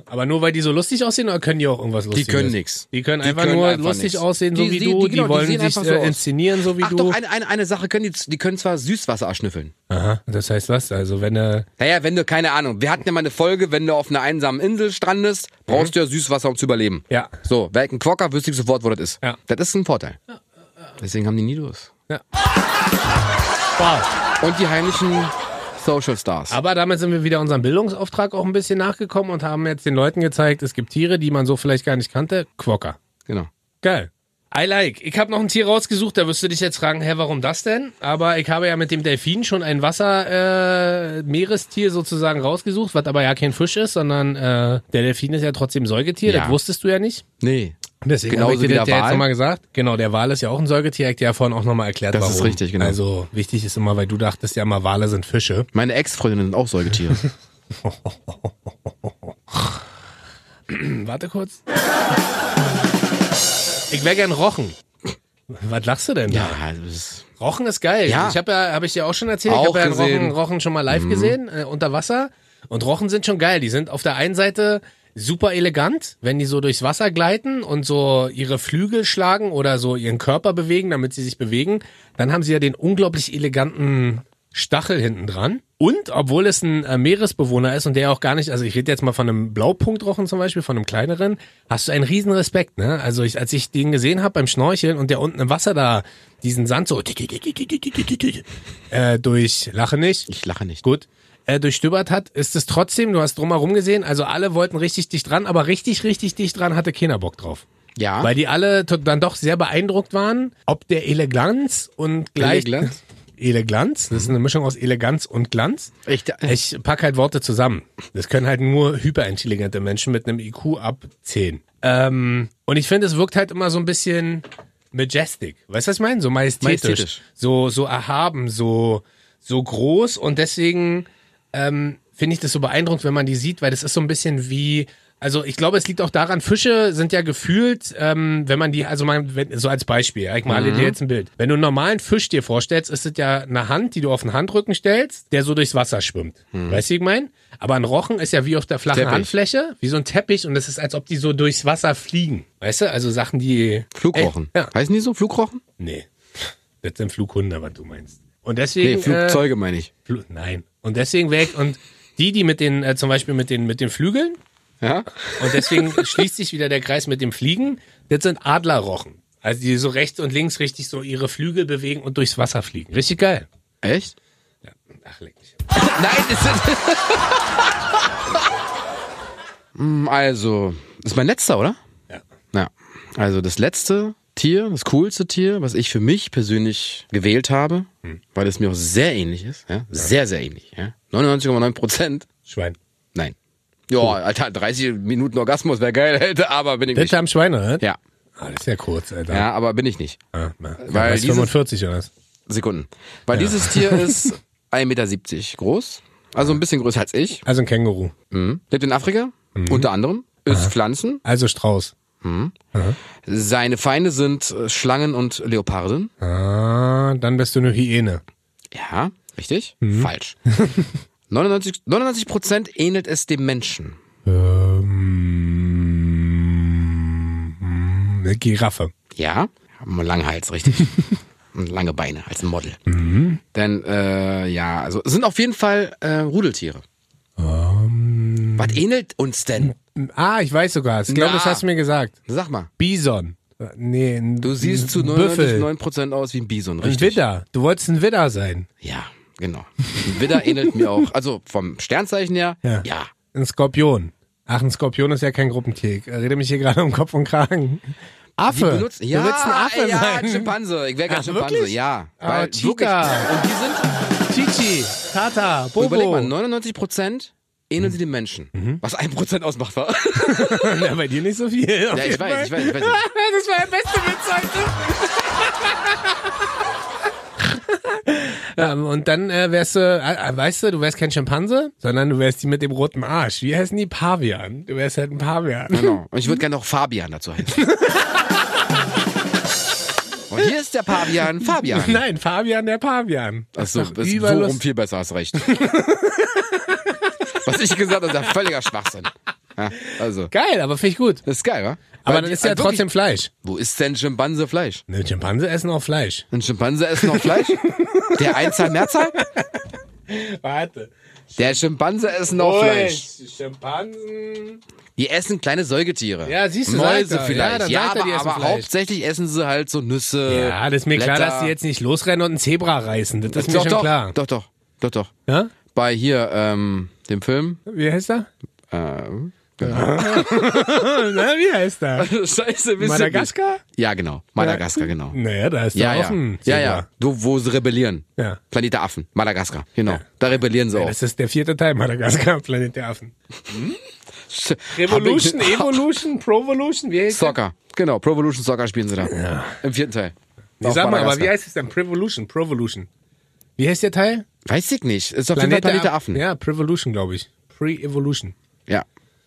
Speaker 1: Aber nur weil die so lustig aussehen oder können die auch irgendwas
Speaker 2: Die
Speaker 1: lustiges?
Speaker 2: können nix.
Speaker 1: Die können einfach nur lustig
Speaker 2: nix.
Speaker 1: aussehen, so
Speaker 2: Die-
Speaker 1: wie
Speaker 2: die-
Speaker 1: du.
Speaker 2: die-
Speaker 1: Die,
Speaker 2: genau, die
Speaker 1: wollen
Speaker 2: sehen
Speaker 1: sich
Speaker 2: einfach so
Speaker 1: äh,
Speaker 2: aus.
Speaker 1: inszenieren, so wie
Speaker 2: Ach
Speaker 1: du.
Speaker 2: doch, eine, eine, eine Sache können die, die können zwar Süßwasser erschnüffeln.
Speaker 1: Aha. Das heißt was? Also wenn er.
Speaker 2: Naja, wenn du, keine Ahnung, wir hatten ja mal eine Folge, wenn du auf einer einsamen Insel strandest, brauchst du ja Süßwasser, um zu überleben.
Speaker 1: Mhm. Ja.
Speaker 2: So, wäre ich ein Quokka, wüsste ich sofort, wo das ist.
Speaker 1: Ja.
Speaker 2: Das ist ein Vorteil. Deswegen haben die Nidos.
Speaker 1: Wow.
Speaker 2: Und die heimlichen Social Stars.
Speaker 1: Aber damit sind wir wieder unserem Bildungsauftrag auch ein bisschen nachgekommen und haben jetzt den Leuten gezeigt, es gibt Tiere, die man so vielleicht gar nicht kannte. Quokka.
Speaker 2: Genau.
Speaker 1: Geil. I like. Ich habe noch ein Tier rausgesucht, da wirst du dich jetzt fragen, hä, warum das denn? Aber ich habe ja mit dem Delfin schon ein Wasser äh, Meerestier sozusagen rausgesucht, was aber ja kein Fisch ist, sondern äh, der Delfin ist ja trotzdem Säugetier,
Speaker 2: Ja.
Speaker 1: das wusstest du ja nicht.
Speaker 2: Nee.
Speaker 1: Deswegen
Speaker 2: Genauso
Speaker 1: habe ich dir
Speaker 2: wie
Speaker 1: das
Speaker 2: der
Speaker 1: ja jetzt
Speaker 2: Wal.
Speaker 1: nochmal gesagt. Genau, der Wal ist ja auch ein Säugetier, ich dir ja vorhin auch nochmal erklärt,
Speaker 2: Das
Speaker 1: warum.
Speaker 2: ist richtig, genau.
Speaker 1: Also wichtig ist immer, weil du dachtest ja immer, Wale sind Fische.
Speaker 2: Meine Ex-Freundinnen sind auch Säugetiere.
Speaker 1: Warte kurz. Ich wäre gern Rochen. Was lachst du denn da?
Speaker 2: ja, das ist,
Speaker 1: Rochen ist geil.
Speaker 2: Ja.
Speaker 1: Ich habe ja, habe ich dir auch schon erzählt,
Speaker 2: Auch
Speaker 1: ich habe ja einen
Speaker 2: gesehen. Mhm.
Speaker 1: Rochen, Rochen schon mal live gesehen, äh, unter Wasser. Und Rochen sind schon geil. Die sind auf der einen Seite super elegant, wenn die so durchs Wasser gleiten und so ihre Flügel schlagen oder so ihren Körper bewegen, damit sie sich bewegen. Dann haben sie ja den unglaublich eleganten Stachel hinten dran. Und obwohl es ein äh, Meeresbewohner ist und der auch gar nicht, also ich rede jetzt mal von einem Blaupunktrochen zum Beispiel, von einem kleineren, hast du einen riesen Respekt, ne? Also ich, als ich den gesehen habe beim Schnorcheln und der unten im Wasser da diesen Sand so äh, durch, lache nicht,
Speaker 2: ich lache nicht.
Speaker 1: gut, äh, durchstöbert hat, ist es trotzdem, du hast drumherum gesehen, also alle wollten richtig dicht dran, aber richtig, richtig dicht dran hatte keiner Bock drauf.
Speaker 2: Ja.
Speaker 1: Weil die alle to- dann doch sehr beeindruckt waren, ob der Eleganz und gleich...
Speaker 2: Eleganz?
Speaker 1: Eleganz, das ist eine Mischung aus Eleganz und Glanz.
Speaker 2: Ich, äh,
Speaker 1: Ich pack halt Worte zusammen. Das können halt nur hyperintelligente Menschen mit einem IQ ab 10. Ähm, und ich finde, es wirkt halt immer so ein bisschen majestic. Weißt du, was ich meine? So majestätisch.
Speaker 2: Majestätisch.
Speaker 1: So, so erhaben, so, so groß. Und deswegen ähm, finde ich das so beeindruckend, wenn man die sieht, weil das ist so ein bisschen wie. Also ich glaube, es liegt auch daran, Fische sind ja gefühlt, ähm, wenn man die, also man, wenn, so als Beispiel, ja, ich male
Speaker 2: Mhm.
Speaker 1: dir jetzt ein Bild. Wenn du einen normalen Fisch dir vorstellst, ist es ja eine Hand, die du auf den Handrücken stellst, der so durchs Wasser schwimmt. Weißt du, wie ich meine? Aber ein Rochen ist ja wie auf der flachen
Speaker 2: Mhm. Teppich.
Speaker 1: Handfläche, wie so ein Teppich und es ist, als ob die so durchs Wasser fliegen. Weißt du, also Sachen, die...
Speaker 2: Flugrochen.
Speaker 1: Ey, ja.
Speaker 2: Heißen die so? Flugrochen?
Speaker 1: Nee, das sind Flughunde, was du meinst. Und deswegen...
Speaker 2: Nee, Flugzeuge meine ich.
Speaker 1: Äh, Flu- nein. Und deswegen weg und die, die mit den, äh, zum Beispiel mit den, mit den Flügeln,
Speaker 2: Ja?
Speaker 1: und deswegen schließt sich wieder der Kreis mit dem Fliegen. Das sind Adlerrochen. Also die so rechts und links richtig so ihre Flügel bewegen und durchs Wasser fliegen. Richtig geil.
Speaker 2: Echt?
Speaker 1: Ach, leck mich.
Speaker 2: Nein, das sind. Hm, also, das ist mein letzter, oder?
Speaker 1: Ja.
Speaker 2: Ja. Also das letzte Tier, das coolste Tier, was ich für mich persönlich gewählt habe, weil es mir auch sehr ähnlich ist, Hm. ja? Sehr, sehr ähnlich, ja? 99,9 Prozent.
Speaker 1: Schwein.
Speaker 2: Nein. Ja, Alter, 30 Minuten Orgasmus wäre geil, Alter, aber bin ich
Speaker 1: Das
Speaker 2: nicht.
Speaker 1: haben Schweine, ne?
Speaker 2: Ja.
Speaker 1: Ah, das ist ja kurz, Alter.
Speaker 2: Ja, aber bin ich nicht.
Speaker 1: Ah, na.
Speaker 2: Weil
Speaker 1: Weil
Speaker 2: dieses-
Speaker 1: 45 oder was?
Speaker 2: Sekunden. Weil dieses Tier ist 1,70 Meter groß. Also ein bisschen größer als ich.
Speaker 1: Also ein Känguru.
Speaker 2: Mhm. Lebt in Afrika, unter anderem. Isst Pflanzen.
Speaker 1: Also Strauß.
Speaker 2: Seine Feinde sind äh, Schlangen und Leoparden.
Speaker 1: Ah, dann bist du eine Hyäne.
Speaker 2: Ja, richtig? Falsch. 99, 99 Prozent ähnelt es dem Menschen.
Speaker 1: Ähm, eine Giraffe.
Speaker 2: Ja, haben einen langen Hals, richtig. Und lange Beine als Model. Denn, äh, ja, also es sind auf jeden Fall äh, Rudeltiere. Was ähnelt uns denn?
Speaker 1: Ah, ich weiß sogar. Ich glaube,
Speaker 2: Na.
Speaker 1: das hast du mir gesagt.
Speaker 2: Sag mal.
Speaker 1: Bison. Äh, Nee, ein
Speaker 2: Du siehst zu
Speaker 1: Büffel. Mhm.
Speaker 2: 99,9 Prozent aus wie ein Bison,
Speaker 1: Ein
Speaker 2: richtig?
Speaker 1: Widder. Du wolltest ein Widder sein.
Speaker 2: Ja, genau. Ein Widder ähnelt mir auch. Also vom Sternzeichen her,
Speaker 1: Ja.
Speaker 2: ja.
Speaker 1: Ein Skorpion. Ach, ein Skorpion ist ja kein Gruppentier. Ich Rede mich hier gerade um Kopf und Kragen. Affe.
Speaker 2: Benutzt, ja,
Speaker 1: du willst ein Affe
Speaker 2: ja,
Speaker 1: sein.
Speaker 2: Schimpanse. Ich wäre
Speaker 1: Ah,
Speaker 2: kein Schimpanse,
Speaker 1: wirklich?
Speaker 2: ja.
Speaker 1: Ah,
Speaker 2: Weil
Speaker 1: Cheetah.
Speaker 2: wirklich- Und die sind,
Speaker 1: Chichi, Tata, Bobo.
Speaker 2: Überleg mal, 99 Prozent
Speaker 1: Mhm.
Speaker 2: ähneln sie dem Menschen. Was ein Prozent ausmacht, war.
Speaker 1: Ja, bei dir nicht so viel.
Speaker 2: ja, ich weiß, ich weiß, ich weiß. nicht.
Speaker 1: Das war der beste Witz heute. ähm, und dann äh, wärst du, äh, äh, weißt du, du wärst kein Schimpanse, sondern du wärst die mit dem roten Arsch. Wie heißen die? Pavian. Du wärst halt ein Pavian.
Speaker 2: Genau. Und ich würde gerne noch Fabian dazu heißen. Und hier ist der Pavian, Fabian.
Speaker 1: Nein, Fabian der Pavian.
Speaker 2: Achso,
Speaker 1: ist doch
Speaker 2: ist worum
Speaker 1: überlust-
Speaker 2: viel besser, hast recht. Was ich gesagt habe, ist ja völliger Schwachsinn. Ja, also,
Speaker 1: Geil, aber finde ich gut.
Speaker 2: das ist geil, wa?
Speaker 1: Aber
Speaker 2: Weil
Speaker 1: dann
Speaker 2: die- also
Speaker 1: ist ja
Speaker 2: wirklich-
Speaker 1: trotzdem Fleisch.
Speaker 2: Wo ist denn Schimpanse Fleisch?
Speaker 1: Ne, Schimpanse essen auch Fleisch.
Speaker 2: Ein Schimpanse essen noch Fleisch? Der Einzahl, Mehrzahl?
Speaker 1: Warte.
Speaker 2: Der Schimpanse essen noch Fleisch.
Speaker 1: Schimpansen.
Speaker 2: Die essen kleine Säugetiere.
Speaker 1: Ja, siehst du,
Speaker 2: Mäuse
Speaker 1: sagt er. Ja,
Speaker 2: vielleicht.
Speaker 1: dann
Speaker 2: Ja,
Speaker 1: sagt
Speaker 2: aber,
Speaker 1: er, die essen
Speaker 2: aber
Speaker 1: Fleisch.
Speaker 2: hauptsächlich essen sie halt so Nüsse.
Speaker 1: Ja, das ist mir klar,
Speaker 2: Blätter.
Speaker 1: dass die jetzt nicht losrennen und ein Zebra reißen. Das ist mir
Speaker 2: doch,
Speaker 1: schon
Speaker 2: doch,
Speaker 1: klar.
Speaker 2: Doch, doch, doch, doch.
Speaker 1: Ja?
Speaker 2: Bei hier, ähm, dem Film.
Speaker 1: Wie heißt er?
Speaker 2: Ähm,
Speaker 1: Ah, Na, wie heißt er?
Speaker 2: Scheiße, wisst ihr nicht.
Speaker 1: Madagaskar?
Speaker 2: Ja, genau. Madagaskar, genau.
Speaker 1: Naja, da Hm. ist
Speaker 2: Ja,
Speaker 1: ja, doch
Speaker 2: ja.
Speaker 1: auch ein
Speaker 2: Ja,
Speaker 1: Zebra.
Speaker 2: ja. Du, wo sie rebellieren.
Speaker 1: Ja.
Speaker 2: Planet der Affen. Madagaskar, genau. Da rebellieren sie auch.
Speaker 1: Das ist der vierte Teil Madagaskar, Planet der Affen. Revolution,
Speaker 2: Hab ich-
Speaker 1: Evolution, Provolution, wie heißt
Speaker 2: Soccer. Genau, Provolution Soccer spielen sie da. Im vierten Teil.
Speaker 1: der?
Speaker 2: Auf
Speaker 1: Sag mal, aber
Speaker 2: Madagaskar.
Speaker 1: wie heißt es denn? Prevolution, Provolution. Wie heißt der Teil?
Speaker 2: Weiß ich nicht. Ist auf jeden Fall Planet der Affen.
Speaker 1: Ja, Prevolution, glaube ich. Pre-Evolution.
Speaker 2: Ja.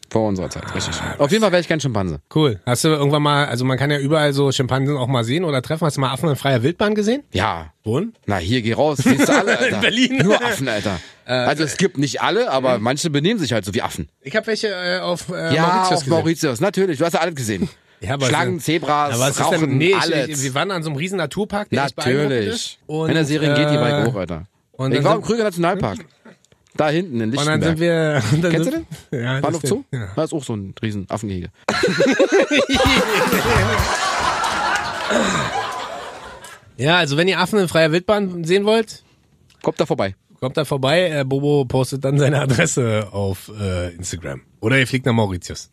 Speaker 2: Vor unserer Zeit, richtig.
Speaker 1: Ah,
Speaker 2: Auf jeden Fall wäre ich kein Schimpanse.
Speaker 1: Cool. Hast du irgendwann mal, also man kann ja überall so Schimpansen auch mal sehen oder treffen. Hast du mal Affen in freier Wildbahn gesehen?
Speaker 2: Ja.
Speaker 1: Wohn?
Speaker 2: Na, hier geh raus, siehst du alle, Alter.
Speaker 1: In Berlin. Äh, Mhm.
Speaker 2: Nur Affen, Alter. also es gibt nicht alle, aber manche benehmen sich halt so wie Affen.
Speaker 1: Ich habe welche äh, auf äh,
Speaker 2: Ja,
Speaker 1: Mauritius
Speaker 2: auf
Speaker 1: gesehen.
Speaker 2: Mauritius, natürlich. Du hast ja alles gesehen.
Speaker 1: Ja, aber
Speaker 2: Schlangen,
Speaker 1: es-
Speaker 2: Zebras,
Speaker 1: Aber was ist denn?
Speaker 2: Rauchen,
Speaker 1: Nee, ich, ich,
Speaker 2: alles.
Speaker 1: wir waren an so einem riesen Naturpark, der echt beeindruckend
Speaker 2: natürlich.
Speaker 1: ist. Und,
Speaker 2: In der Serie geht die
Speaker 1: äh,
Speaker 2: Bike hoch, Alter.
Speaker 1: und
Speaker 2: ich
Speaker 1: dann
Speaker 2: war im
Speaker 1: sind-
Speaker 2: Krüger Nationalpark. Da hinten in
Speaker 1: Und dann sind
Speaker 2: Lichtenberg.
Speaker 1: wir. und Dann
Speaker 2: Kennst du
Speaker 1: sind, den? Ja, das
Speaker 2: Bahnhof
Speaker 1: ist
Speaker 2: Zoo?
Speaker 1: der- Ja.
Speaker 2: Da ist auch so ein riesen Affengehege.
Speaker 1: ja, also wenn ihr Affen in freier Wildbahn sehen wollt,
Speaker 2: Kommt da vorbei.
Speaker 1: kommt da vorbei. Äh, Bobo postet dann seine Adresse auf äh, Instagram. Oder ihr fliegt nach Mauritius.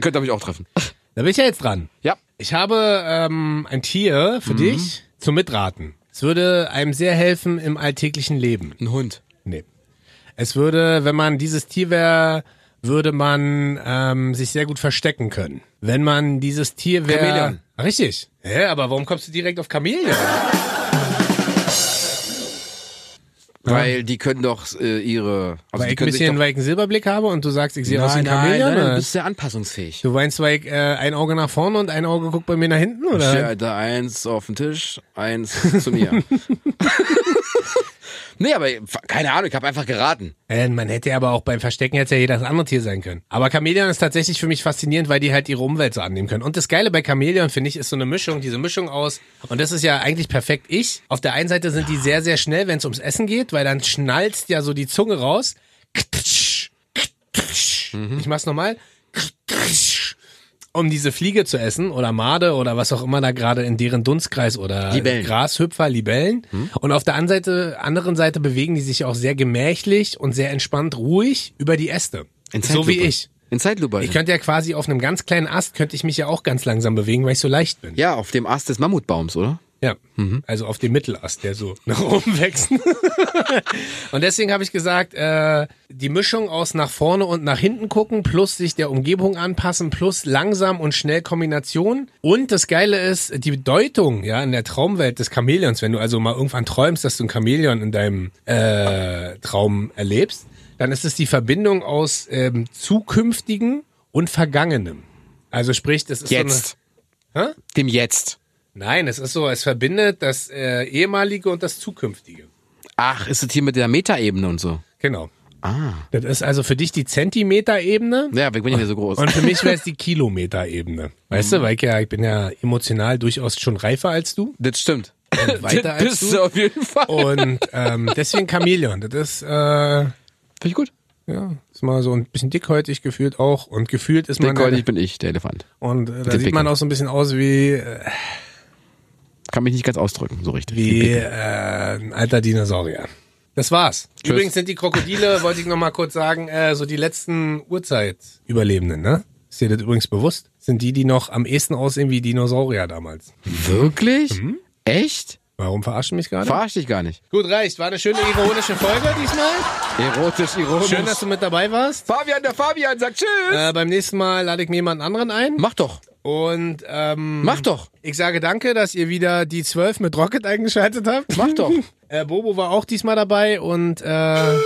Speaker 2: Könnt ihr mich auch treffen.
Speaker 1: Da bin ich ja jetzt dran.
Speaker 2: Ja.
Speaker 1: Ich habe ähm, ein Tier
Speaker 2: Mhm.
Speaker 1: für dich zum Mitraten. Es würde einem sehr helfen im alltäglichen Leben.
Speaker 2: Ein Hund.
Speaker 1: Nee. Es würde, wenn man dieses Tier wäre, würde man ähm, sich sehr gut verstecken können. Wenn man dieses Tier wäre.
Speaker 2: Chamäleon.
Speaker 1: Richtig. Hä, aber warum kommst du direkt auf Chamäleon?
Speaker 2: Weil die können doch äh, ihre. Also die
Speaker 1: Weil ich ein
Speaker 2: können sich
Speaker 1: bisschen,
Speaker 2: doch,
Speaker 1: weil ich einen Silberblick habe und du sagst, ich sehe aus wie
Speaker 2: nein,
Speaker 1: ein
Speaker 2: nein,
Speaker 1: Chamäleon?
Speaker 2: nein, du
Speaker 1: oder?
Speaker 2: bist sehr anpassungsfähig.
Speaker 1: du meinst, weil ich äh, ein Auge nach vorne und ein Auge guckt bei mir nach hinten, oder?
Speaker 2: Ja, Alter, eins auf den Tisch, eins zu mir. nee, aber keine Ahnung, ich habe einfach geraten.
Speaker 1: Äh, man hätte aber auch beim Verstecken jetzt ja jedes andere Tier sein können. Aber Chamäleon ist tatsächlich für mich faszinierend, weil die halt ihre Umwelt so annehmen können. Und das Geile bei Chamäleon, finde ich, ist so eine Mischung, diese Mischung aus, und das ist ja eigentlich perfekt ich. Auf der einen Seite sind die sehr, sehr schnell, wenn es ums Essen geht, weil dann schnallst ja so die Zunge raus. Ich mach's nochmal. Um diese Fliege zu essen oder Made oder was auch immer da gerade in deren Dunstkreis oder
Speaker 2: Libellen.
Speaker 1: Grashüpfer, Libellen.
Speaker 2: Hm.
Speaker 1: Und auf der anderen Seite, anderen Seite bewegen die sich auch sehr gemächlich und sehr entspannt ruhig über die Äste. so wie ich.
Speaker 2: In Zeitlupe.
Speaker 1: Ich könnte ja quasi auf einem ganz kleinen Ast, könnte ich mich ja auch ganz langsam bewegen, weil ich so leicht bin.
Speaker 2: ja, auf dem Ast des Mammutbaums, oder?
Speaker 1: Ja, also auf dem Mittelast, der so nach oben wächst. und deswegen habe ich gesagt, äh, die Mischung aus nach vorne und nach hinten gucken, plus sich der Umgebung anpassen, plus langsam und schnell Kombination. Und das Geile ist, die Bedeutung ja, in der Traumwelt des Chamäleons, wenn du also mal irgendwann träumst, dass du ein Chamäleon in deinem äh, Traum erlebst, dann ist es die Verbindung aus ähm, zukünftigen und vergangenem. Also sprich, das ist so eine...
Speaker 2: Jetzt.
Speaker 1: Hä?
Speaker 2: Dem Jetzt.
Speaker 1: Nein, es ist so, es verbindet das äh, ehemalige und das zukünftige.
Speaker 2: Ach, ist es hier mit der Metaebene und so?
Speaker 1: Genau. Ah. Das ist also für dich die Zentimeterebene
Speaker 2: Ja, ich bin ja nicht so groß.
Speaker 1: und für mich wäre es die Kilometerebene. Weißt du, weil ich ja, ich bin ja emotional durchaus schon reifer als du,
Speaker 2: das stimmt.
Speaker 1: weiter
Speaker 2: das
Speaker 1: als
Speaker 2: bist du Oh,
Speaker 1: du.
Speaker 2: auf jeden Fall.
Speaker 1: Und ähm, deswegen Chamäleon. Das ist, äh,
Speaker 2: Finde ich gut.
Speaker 1: ja, ist mal so ein bisschen dickhäutig gefühlt auch. Und gefühlt ist man.
Speaker 2: Dickhäutig bin ich, der Elefant.
Speaker 1: und äh, da
Speaker 2: den
Speaker 1: sieht man
Speaker 2: Pickel.
Speaker 1: auch so ein bisschen aus wie, äh,
Speaker 2: Kann mich nicht ganz ausdrücken, so richtig.
Speaker 1: wie äh, ein alter Dinosaurier. Das war's.
Speaker 2: Tschüss.
Speaker 1: Übrigens sind die Krokodile, wollte ich noch mal kurz sagen, äh, so die letzten Urzeit-Überlebenden, ne? Ist dir das übrigens bewusst? Sind die, die noch am ehesten aussehen wie Dinosaurier damals.
Speaker 2: Wirklich? Echt?
Speaker 1: Warum verarschen mich gerade?
Speaker 2: Verarsch dich gar nicht.
Speaker 1: Gut, reicht. War eine schöne ironische Folge diesmal.
Speaker 2: Erotisch, ironisch.
Speaker 1: Schön, dass du mit dabei warst.
Speaker 2: Fabian, der Fabian sagt Tschüss.
Speaker 1: Äh, beim nächsten Mal lade ich mir jemand anderen ein.
Speaker 2: Mach doch.
Speaker 1: Und ähm,
Speaker 2: Mach doch.
Speaker 1: ich sage danke, dass ihr wieder die 12 mit Rocket eingeschaltet habt.
Speaker 2: Mhm. Mach doch.
Speaker 1: Äh, Bobo war auch diesmal dabei und äh,
Speaker 2: Uh, ah,